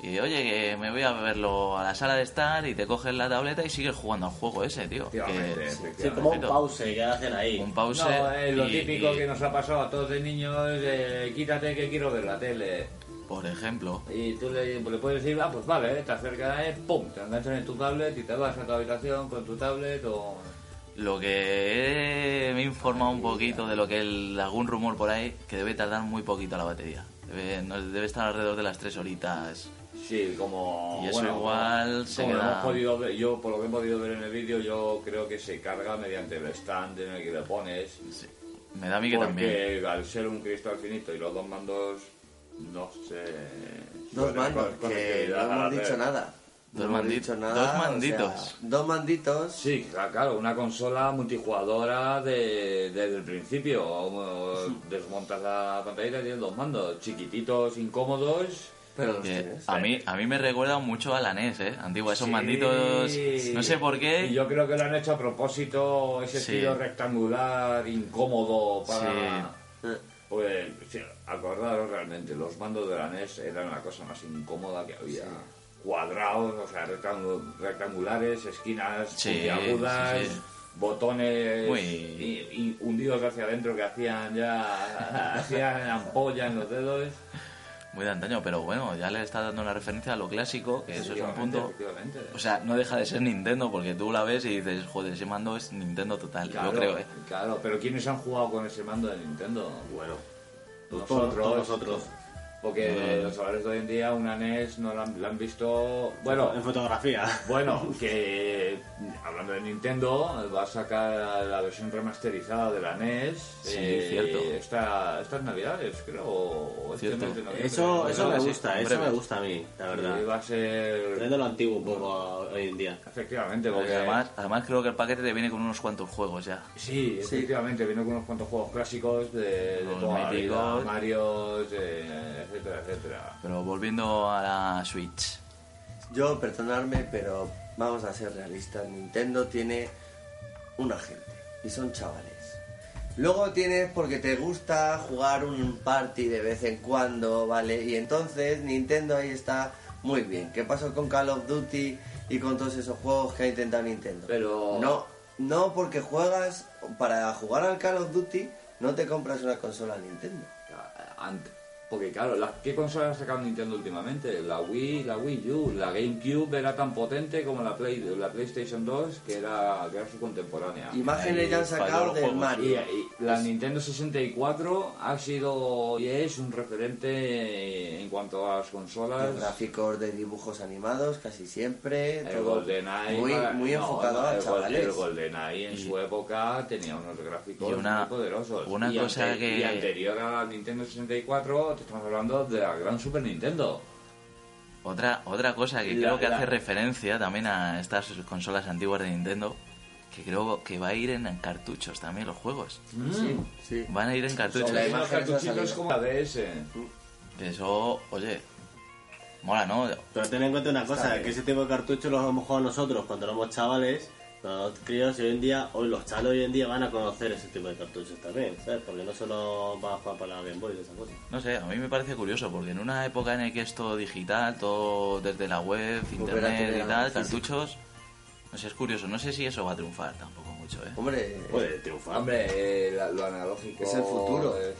S4: y oye, que me voy a verlo a la sala de estar y te coges la tableta y sigues jugando al juego ese, tío. Que-
S6: Efectivamente,
S8: Sí,
S6: efectivamente.
S8: como un pause que hacen ahí.
S4: un pause.
S6: No, es lo
S4: y-
S6: típico
S4: y-
S6: que nos ha pasado a todos de niños: eh, quítate que quiero ver la tele.
S4: Por ejemplo,
S6: Y tú le, le puedes decir, ah, pues vale, te acercas, eh, pum, te enganchan en tu tablet y te vas a tu habitación con tu tablet o.
S4: lo que he- me he informado un poquito de lo que el- algún rumor por ahí, que debe tardar muy poquito la batería. Debe, no- debe estar alrededor de las tres horitas.
S6: Sí, como.
S4: Y eso igual se
S6: como lo
S4: queda-
S6: hemos podido ver- yo, por lo que he podido ver en el vídeo, yo creo que se carga mediante el stand en el que le pones.
S4: Sí. Me da a mí que también.
S6: porque al ser un cristal finito y los dos mandos, no sé.
S5: Dos
S6: suele
S5: mandos,
S6: con-
S5: que
S6: conectividad
S5: no
S6: a la
S5: hemos
S6: red.
S5: dicho nada.
S4: Dos
S5: no hemos
S4: mandi-
S5: dicho nada.
S4: dos
S5: o sea,
S4: manditos.
S5: dos manditos.
S6: Sí, cla- claro, una consola multijugadora de- desde el principio. O- o Desmontas la pantallita y tienes dos mandos, chiquititos, incómodos.
S5: Pero los
S4: que
S5: tienes.
S4: a mí a mí me recuerda mucho a la NES, ¿eh? Antigua, esos
S6: Sí.
S4: manditos. No sé por qué.
S6: Y yo creo que lo han hecho a propósito, ese
S4: Sí.
S6: estilo rectangular, incómodo para.
S4: Sí.
S6: Pues, sí, acordaros realmente, los mandos de la NES eran la cosa más incómoda que había. Cuadrados, o sea, rectangu- rectangulares, esquinas
S4: Sí,
S6: puntiagudas,
S4: sí, sí.
S6: botones
S4: Muy-
S6: y- y hundidos hacia adentro que hacían ya [LAUGHS] hacían ampolla en los dedos.
S4: Muy de antaño, pero bueno, ya le está dando una referencia a lo clásico, que eso es un
S6: Efectivamente,
S4: punto.
S6: efectivamente.
S4: O sea, no deja de ser Nintendo, porque tú la ves y dices, joder, ese mando es Nintendo total.
S6: Claro,
S4: Yo creo, ¿eh?
S6: Claro, pero ¿quiénes han jugado con ese mando de Nintendo?
S8: Bueno,
S6: Nosotros.
S8: todos nosotros.
S6: Porque los chavales de hoy en día una NES no la han, la han visto... Bueno,
S8: en fotografía.
S6: bueno, que hablando de Nintendo, va a sacar la versión remasterizada de la E NES.
S4: Sí,
S6: Eh,
S4: cierto.
S6: esta- estas navidades, creo. o este
S4: Cierto.
S6: mes de noviembre.
S8: Eso, eso me
S4: sí,
S8: gusta,
S4: en
S8: eso me
S4: breve.
S8: gusta a mí, la
S6: Y
S8: verdad.
S6: va a ser...
S8: Trayendo lo antiguo un poco hoy en día.
S6: Efectivamente,
S4: Porque
S6: porque...
S4: además, además creo que el paquete te viene con unos cuantos juegos ya.
S6: Sí, efectivamente, vino con unos cuantos juegos clásicos de, de
S4: Los
S6: toda la vida,
S4: míticos.
S6: Marios, eh, etcétera, etcétera.
S4: Pero volviendo a la Switch.
S5: Yo, perdonarme, pero vamos a ser realistas. Nintendo tiene una gente y son chavales. Luego tienes porque te gusta jugar un party de vez en cuando, ¿vale? Y entonces Nintendo ahí está muy bien. ¿Qué pasó con Call of Duty y con todos esos juegos que ha intentado Nintendo?
S6: Pero-
S5: No, no porque juegas... Para jugar al Call of Duty no te compras una consola Nintendo.
S6: Ah, Ant- Porque claro, la- ¿qué consola ha sacado Nintendo últimamente? La Wii, la Wii U, la GameCube era tan potente como la, Play, la PlayStation 2, que era, que era su contemporánea.
S5: Imágenes ya han sacado del Mario.
S6: Y- y la Nintendo 64 ha sido y es un referente en cuanto a las consolas.
S5: Los gráficos de dibujos animados casi siempre.
S6: Pues- El
S5: todo
S6: GoldenEye.
S5: Muy,
S6: para-
S5: muy
S6: no,
S5: enfocado
S6: no,
S5: a
S6: el Gol-
S5: chavales.
S6: El GoldenEye en su época tenía unos gráficos
S4: Y una-
S6: muy poderosos.
S4: una
S6: Y
S4: cosa que-
S6: Y anterior a la Nintendo 64, te estamos hablando de la gran Super Nintendo.
S4: Otra, otra cosa que
S6: La-
S4: creo que
S6: la-
S4: hace referencia también a estas consolas antiguas de Nintendo, que creo que va a ir en cartuchos también los juegos.
S5: Sí,
S6: Mm.
S5: sí.
S4: Van a ir en cartuchos.
S5: La
S6: Los
S5: imagen que ha
S6: cartuchitos
S5: salido.
S6: como la DS.
S4: Que Eso, oye, mola, ¿no?
S8: Pero ten en cuenta una cosa,
S5: bien.
S8: que ese tipo de cartuchos los hemos jugado nosotros cuando éramos chavales, los críos y hoy en día, hoy los chavales hoy en día van a conocer ese tipo de cartuchos también, ¿sabes? Porque no solo van a jugar para la Game Boy y esas cosas.
S4: No sé, a mí me parece curioso, porque en una época en la que es todo digital, todo desde la web,
S5: Volver a
S4: internet
S5: tener
S4: y tal,
S5: algo físico.
S4: cartuchos, no sé, es curioso. No sé si eso va a triunfar tampoco mucho, ¿eh?
S5: Hombre,
S6: Pues-
S8: Puede triunfar.
S6: Hombre, eh, la- lo analógico.
S5: Es el futuro.
S6: eh,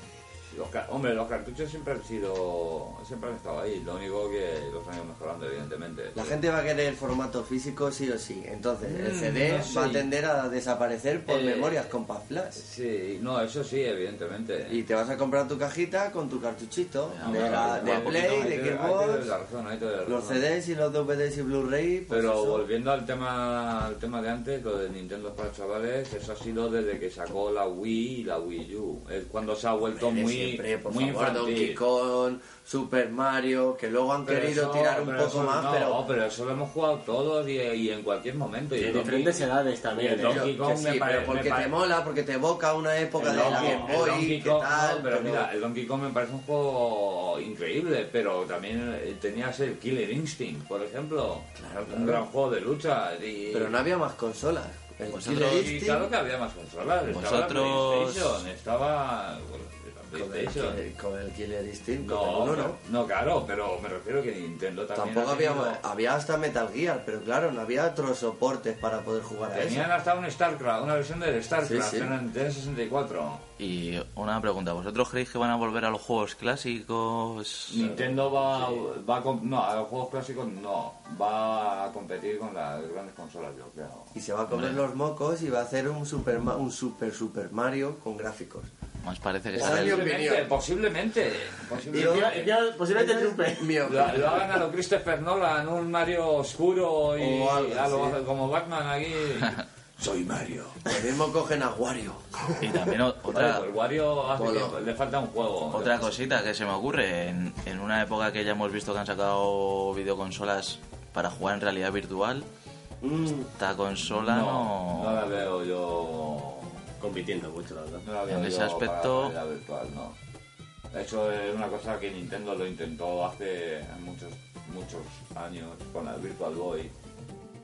S6: los ca- hombre, los cartuchos siempre han sido. Siempre han estado ahí. Lo único que los han ido mejorando, evidentemente.
S5: la gente va a querer el formato físico sí o sí. Entonces, el
S6: Mm,
S5: CD
S6: no sé.
S5: va a tender a desaparecer por
S6: Eh,
S5: memorias compact flash.
S6: Sí, no, eso sí, evidentemente.
S5: Y te vas a comprar tu cajita con tu cartuchito
S4: Ya,
S5: de,
S4: bueno,
S5: la-
S4: bueno,
S5: de
S4: un
S5: Play, de Gearbox, los
S6: Los
S5: CDs y los DVDs y Blu-ray. pues
S6: Pero
S5: eso.
S6: volviendo al tema al tema de antes, lo de Nintendo para chavales, eso ha sido desde que sacó la Wii y la Wii U. Es cuando se ha vuelto
S5: Hombre, de
S6: muy,
S5: siempre, por
S6: muy
S5: favor, Donkey
S6: infantil.
S5: Kong, Super Mario, que luego han
S6: Pero
S5: querido
S6: eso-
S5: tirar un
S6: pero
S5: poco
S6: eso-
S5: más,
S6: no,
S5: pero
S6: pero eso lo hemos jugado todos y, y en cualquier momento. Y
S8: De
S6: el Donkey-
S8: diferentes edades también,
S6: Yo-
S8: ¿eh?
S6: Donkey
S5: Yo-
S6: Kong
S5: que sí,
S6: me pare-
S5: pero porque
S6: me pare-
S5: te mola, porque te evoca una época
S6: El
S5: de la
S6: Donkey-
S5: Game
S6: el
S5: Boy,
S6: Donkey
S5: ¿qué
S6: Kong,
S5: tal?
S6: no, pero, mira, el Donkey Kong me parece un juego increíble, pero también eh, tenías el Killer Instinct, por ejemplo.
S5: Claro,
S6: Un
S5: claro.
S6: gran juego de lucha. Y,
S5: pero no había más consolas. El
S4: Vosotros-
S5: Killer
S6: y
S5: Instinct-
S6: claro que había más consolas.
S4: Vosotros-
S6: Estaba la PlayStation, estaba. bueno, la
S5: con el
S6: PlayStation.
S5: Killer- Con el Killer Instinct, con el
S6: No,
S5: uno,
S6: no,
S5: no.
S6: no, claro, pero me refiero que Nintendo también.
S5: Tampoco
S6: ha
S5: había,
S6: tenido-
S5: había hasta Metal Gear, pero claro, no había otros soportes para poder jugar a eso.
S6: Tenían hasta un StarCraft, una versión del StarCraft
S5: Sí, sí.
S6: en Nintendo 64.
S4: Y una pregunta, ¿vosotros creéis que van a volver a los juegos clásicos?
S6: Nintendo va, va a, com- no, a los juegos clásicos no, va a competir con las grandes consolas, yo creo.
S5: Y se va a comer los mocos y va a hacer un Super, Ma- un super, super Mario con gráficos.
S4: Más parece que
S5: Esa es mi
S4: sea...
S6: Posiblemente,
S5: opinión.
S6: posiblemente.
S8: Encima-
S6: posiblemente.
S8: encima Posiblemente triunfe.
S5: Mi
S6: Lo,
S5: opinión.
S6: lo hagan a lo Christopher Nolan, un Mario oscuro y
S5: O algo
S6: a lo-
S5: así.
S6: como Batman
S5: [LAUGHS]
S6: aquí. Soy Mario.
S5: Lo mismo cogen a Wario.
S4: Y también o-
S6: [LAUGHS] Vale,
S4: otra...
S6: pues Wario hace
S5: Polo.
S6: tiempo, le falta un juego.
S4: Otra cosita que se me ocurre, en, en una época que ya hemos visto que han sacado videoconsolas para jugar en realidad virtual, esta consola
S6: No,
S4: no...
S6: Mm. no la veo yo.
S8: Compitiendo mucho, la verdad.
S6: No la veo
S4: En ese
S6: yo
S4: aspecto-
S6: para la realidad virtual, no. Eso es una cosa que Nintendo lo intentó hace muchos, muchos años con la Virtual Boy,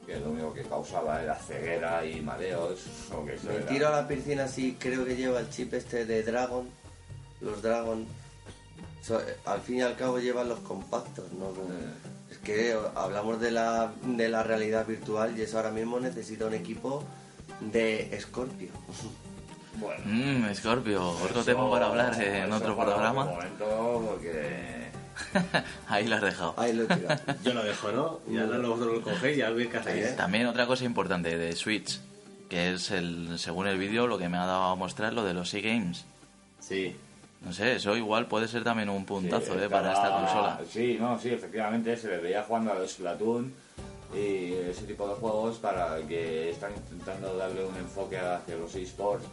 S6: que lo único que causaba era ceguera y mareos. O que eso
S5: Me
S6: era.
S5: tiro a la piscina así, creo que lleva el chip este de Dragon. Los Dragon. So- al fin y al cabo llevan los compactos, ¿no? Es que hablamos de la, de la realidad virtual y eso ahora mismo necesita un equipo de Scorpio.
S6: Bueno,
S4: Mmm, Scorpio, otro
S6: eso-
S4: tema para hablar en
S6: eso
S4: otro
S6: para
S4: programa.
S6: momento, porque.
S4: [LAUGHS] Ahí lo has dejado.
S5: Ahí lo he
S6: [LAUGHS]
S5: tirado.
S8: Yo lo dejo, ¿no? Y ahora lo- vosotros lo cogéis y a ver qué hacéis.
S5: Ahí, ¿eh?
S4: También otra cosa importante de Switch, que es el, según el vídeo, lo que me ha dado a mostrar lo de los e-games.
S8: Sí.
S4: No sé, eso igual puede ser también un puntazo
S6: Sí,
S4: eh, para esta
S6: estaba-
S4: consola.
S6: Sí, no, sí, efectivamente se le veía jugando a los Splatoon y ese tipo de juegos para que están intentando darle un enfoque hacia los esports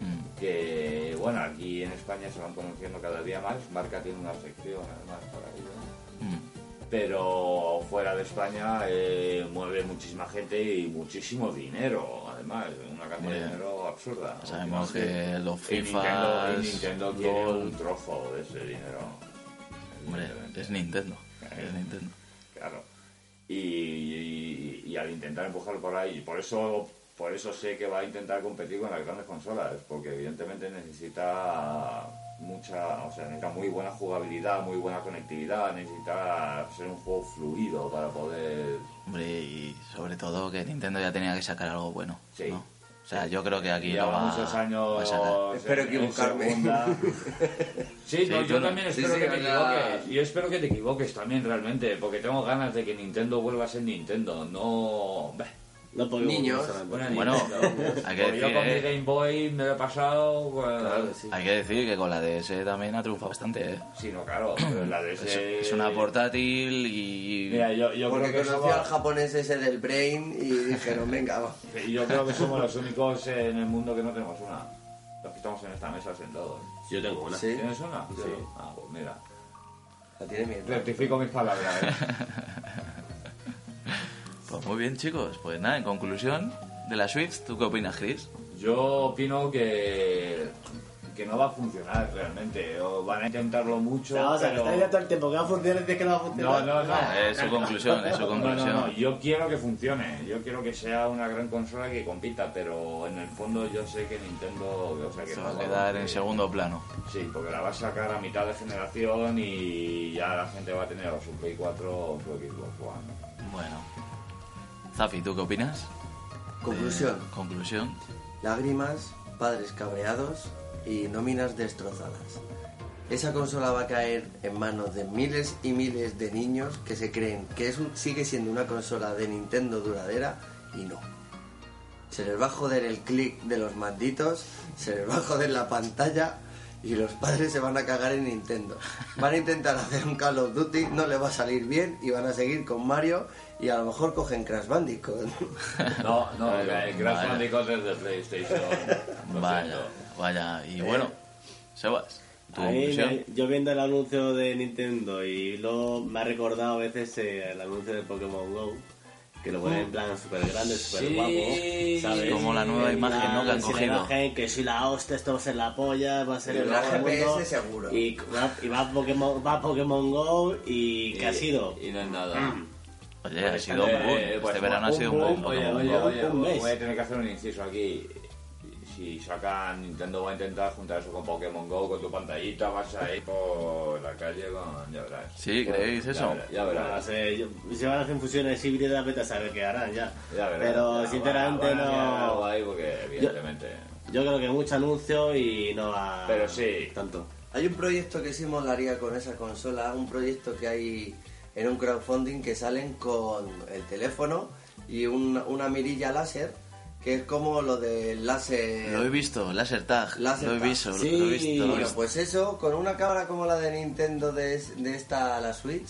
S4: Mm.
S6: que, bueno, aquí en España se van conociendo cada día más. Marca tiene una sección además para ello.
S4: Mm.
S6: Pero fuera de España eh, mueve muchísima gente y muchísimo dinero, además, una cantidad de
S4: Bien.
S6: dinero absurda.
S4: Sabemos que los
S6: Y Nintendo,
S4: FIFA,
S6: y Nintendo quiere
S4: LOL,
S6: un trozo de ese dinero.
S4: hombre,
S6: evidentemente.
S4: es Nintendo, es Nintendo.
S6: Claro. Y, y- y al intentar empujar por ahí, por eso, por eso sé que va a intentar competir con las grandes consolas, porque evidentemente necesita mucha, o sea, necesita muy buena jugabilidad, muy buena conectividad, necesita ser un juego fluido para poder.
S4: Hombre, y sobre todo que Nintendo ya tenía que sacar algo bueno.
S6: Sí.
S4: ¿no? O sea, yo creo que aquí no
S6: Lleva
S4: va
S6: muchos años.
S4: pasar nada.
S5: Espero
S6: en
S5: equivocarme.
S6: segunda.
S5: [LAUGHS]
S6: Sí,
S4: Sí,
S6: no, yo
S4: yo no-
S6: también
S5: sí,
S6: espero
S5: sí,
S6: que te
S5: o sea-
S6: equivoques. Yo espero que te equivoques también, realmente, porque tengo ganas de que Nintendo vuelva a ser Nintendo. No. Bah,
S8: No podemos
S5: Niños.
S8: pasar
S6: buena
S4: Bueno,
S6: Nintendo.
S4: [LAUGHS] hay que
S6: Porque Yo
S4: decir,
S6: con mi
S4: eh.
S6: Game Boy me lo he pasado. pues, bueno,
S4: Hay que decir que con la DS también ha triunfado bastante, ¿eh?
S6: Sí, no, claro. pero La de
S4: Es, es una portátil y...
S6: Mira, yo, yo creo
S5: Porque
S6: que
S5: conocí al
S6: somos,
S5: japonés ese del Brain y dijeron, venga, va.
S6: yo creo que somos los únicos en el mundo que no tenemos una. Los que estamos en esta mesa sentados.
S11: Yo tengo una.
S5: Sí,
S6: ¿Tienes una? Sí. Ah, pues mira.
S5: la tiene miedo.
S6: Rectifico mis palabras. ¿eh?
S4: Pues muy bien, chicos. Pues nada, en conclusión de la Switch, ¿tú qué opinas, Chris?
S6: [LAUGHS] Yo opino que, que no va a funcionar realmente. O van a intentarlo mucho.
S8: No, o sea, que
S6: pero-
S8: está ya todo el tiempo que va a funcionar dices que no va a
S6: no,
S8: funcionar.
S6: no, no.
S4: Ah, Es su conclusión, es su
S6: No, no,
S4: conclusión.
S6: no, yo quiero que funcione, yo quiero que sea una gran consola que compita, pero en el fondo yo sé que Nintendo, o sea, que
S4: Se
S6: no
S4: va a quedar en
S6: que-
S4: segundo plano.
S6: Sí, porque la va a sacar a mitad de generación y ya la gente va a tener o su Play 4 o su Xbox One.
S4: Bueno. Zafi, ¿tú qué opinas?
S5: Conclusión.
S4: Eh, conclusión.
S5: Lágrimas, padres cabreados y nóminas destrozadas. Esa consola va a caer en manos de miles y miles de niños que se creen que es un- sigue siendo una consola de Nintendo duradera y no. Se les va a joder el clic de los malditos, se les va a joder la pantalla y los padres se van a cagar en Nintendo. Van a intentar hacer un Call of Duty, no les va a salir bien y van a seguir con Mario y a lo mejor cogen Crash Bandicoot.
S6: No, no, el Crash
S4: Vale.
S6: Bandicoot es de PlayStation. lo
S4: Vaya,
S6: siento. Eh.
S4: vaya. Y bueno, Sebas, ¿tu
S8: A mí,
S4: conclusión?
S8: me- yo viendo el anuncio de Nintendo y luego me ha recordado a veces eh, el anuncio de Pokémon Go, que lo ponen en plan súper grande, súper
S6: Sí.
S8: guapo, ¿sabes?
S4: Mm. Como la nueva
S8: En
S4: imagen,
S8: plan,
S4: ¿no? que han
S8: si la
S4: cogido.
S8: imagen, que soy la hostia, esto va a ser la polla, va a ser
S5: Y
S8: el
S5: la
S8: mejor
S5: GPS
S8: mundo.
S5: seguro.
S8: Y va, y va Pokémon, va Pokémon Go y ¿qué ha sido?
S6: Y no es nada.
S4: Oye, ha sido un
S6: Eh,
S4: boom.
S6: eh,
S4: Este
S6: pues,
S4: verano ha
S8: un
S4: sido un boom.
S8: boom,
S6: Oye,
S4: Pokémon
S6: oye,
S4: Go.
S6: oye,
S8: Un mes.
S6: voy a tener que hacer un inciso aquí. Si sacan Nintendo va a intentar juntar eso con Pokémon Go, con tu pantallita, vas a ir por la calle con... Ya verás.
S4: Sí, ¿creéis
S6: Ya
S4: eso?
S6: verás, Ya
S8: No
S6: verás.
S8: sé, yo- si van a hacer fusiones híbridas, vete a saber qué harán ya.
S6: Ya verás.
S8: Pero
S6: Ya,
S8: sinceramente
S6: van a liar
S8: no.
S6: algo ahí porque evidentemente...
S8: Yo creo que mucho anuncio y no va
S6: Pero sí.
S8: tanto.
S5: Hay un proyecto que sí molaría con esa consola, un proyecto que hay en un crowdfunding que salen con el teléfono y un- una mirilla láser, que es como lo del láser...
S4: Lo he visto, Laser Tag.
S5: Laser
S4: lo he
S5: Tag.
S4: visto,
S8: Sí.
S4: lo he visto. lo he
S5: Bueno,
S4: visto.
S5: pues eso, con una cámara como la de Nintendo de, es- de esta, la Switch,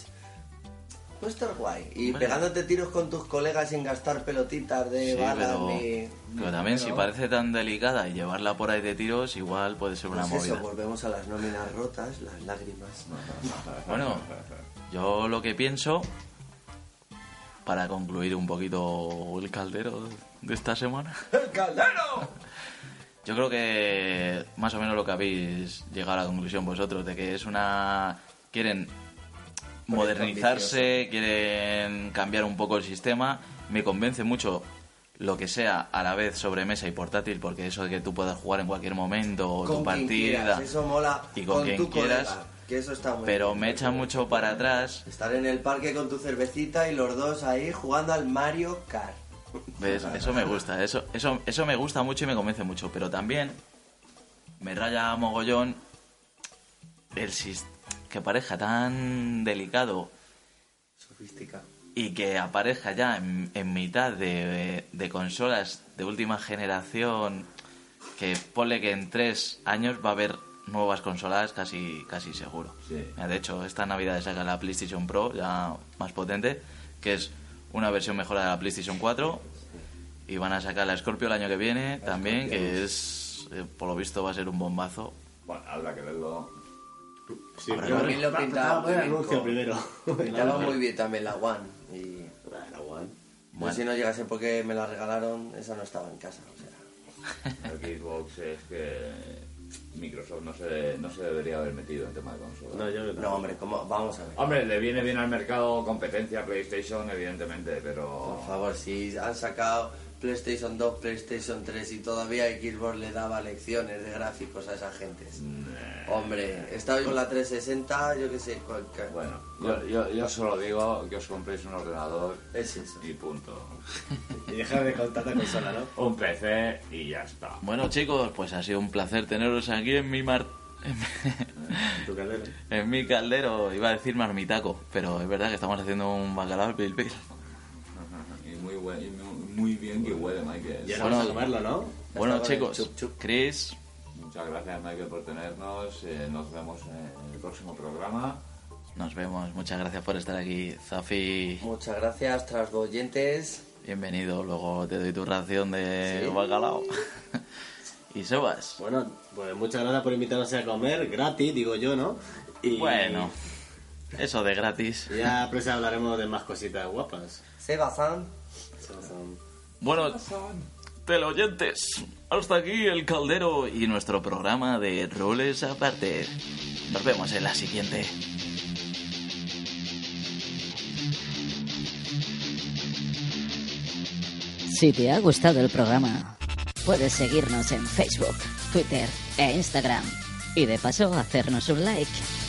S5: puede estar guay. Y
S4: Bueno.
S5: pegándote tiros con tus colegas sin gastar pelotitas de
S4: Sí,
S5: balas
S4: pero,
S5: ni...
S4: pero también si
S6: pero-
S4: parece tan delicada y llevarla por ahí de tiros, igual puede ser una
S5: Pues
S4: movida.
S5: eso, volvemos a las nóminas rotas, las lágrimas.
S4: Bueno,
S5: pues.
S4: yo lo que pienso, para concluir un poquito el caldero de esta semana,
S5: ¡El caldero!
S4: yo creo que más o menos lo que habéis llegado a la conclusión vosotros, de que es una... quieren modernizarse, quieren cambiar un poco el sistema, me convence mucho lo que sea a la vez sobremesa y portátil, porque eso de que tú puedas jugar en cualquier momento o tu
S5: con quien
S4: partida...
S5: quieras, eso mola
S4: y con quien
S5: tu
S4: quieras,
S5: colega, que eso está muy
S4: pero
S5: bien.
S4: me echa mucho para atrás
S5: Estar en el parque con tu cervecita y los dos ahí jugando al Mario Kart.
S4: ¿Ves? Eso me gusta, eso, eso, eso me gusta mucho y me convence mucho, pero también me raya mogollón el sis- que parezca tan delicado
S5: Sofística.
S4: y que aparezca ya en, en mitad de, de consolas de última generación, que ponle que en tres años va a haber nuevas consolas casi, casi seguro.
S6: Sí.
S4: Mira, De hecho, esta Navidad saca la PlayStation Pro, ya más potente, que es una versión mejorada de la PlayStation 4. Y van a sacar la Scorpio el año que viene también, que es, eh, por lo visto, va a ser un bombazo.
S6: [LAUGHS] Bueno, habrá que verlo.
S8: Sí,
S5: Yo también lo pintaba
S8: buen
S5: muy bien
S8: anuncio
S5: con-
S8: primero.
S5: Pintaba muy bien también la One. Y
S8: Ah, la guay.
S4: Bueno.
S5: si no llegase porque me la regalaron, esa no estaba en casa. O sea,
S6: El Xbox es que... Microsoft no se, no se debería haber metido en tema de consola.
S8: No, yo
S5: no, hombre, ¿cómo? vamos a ver.
S6: Hombre, le viene bien al mercado competencia PlayStation, evidentemente,
S5: Por
S6: pero...
S5: favor, si han sacado PlayStation 2, PlayStation 3 y todavía Xbox le daba lecciones de gráficos a esa gente.
S6: eh,
S5: Hombre, estaba yo con la 360, yo qué sé, con- con-
S6: Bueno, yo, yo, yo solo digo que os compréis un ordenador
S5: Es eso.
S6: y punto.
S8: Y dejar de contar la consola, ¿no?
S6: Un PC y ya está.
S4: Bueno, chicos, pues ha sido un placer teneros aquí en mi mar... [LAUGHS]
S8: Tu caldera.
S4: en mi caldero. Iba a decir marmitaco, pero es verdad que estamos haciendo un bacalao al pil pil.
S6: Y muy, buen- y muy- muy bien que huele, Michael.
S8: Ya no vamos a comerlo, ¿no?
S4: Bueno,
S5: Hasta luego,
S4: chicos,
S5: chup, chup.
S4: Chris,
S6: Muchas gracias, Michael, por tenernos. Eh, nos vemos en el próximo programa.
S4: nos vemos. Muchas gracias por estar aquí. Zafi,
S5: Muchas gracias, trasgoyentes.
S4: bienvenido. Luego te doy tu ración de
S5: Sí. [LAUGHS]
S4: bacalao. y Sebas.
S8: Bueno, pues muchas gracias por invitarnos a comer, gratis, digo yo, ¿no? Y
S4: Bueno, eso de gratis.
S8: Ya pues hablaremos de más cositas guapas.
S5: Sebasan.
S4: Bueno, teleoyentes, hasta aquí el caldero y nuestro programa de roles aparte. Nos vemos en la siguiente.
S12: Si te ha gustado el programa, puedes seguirnos en Facebook, Twitter e Instagram. Y de paso hacernos un like.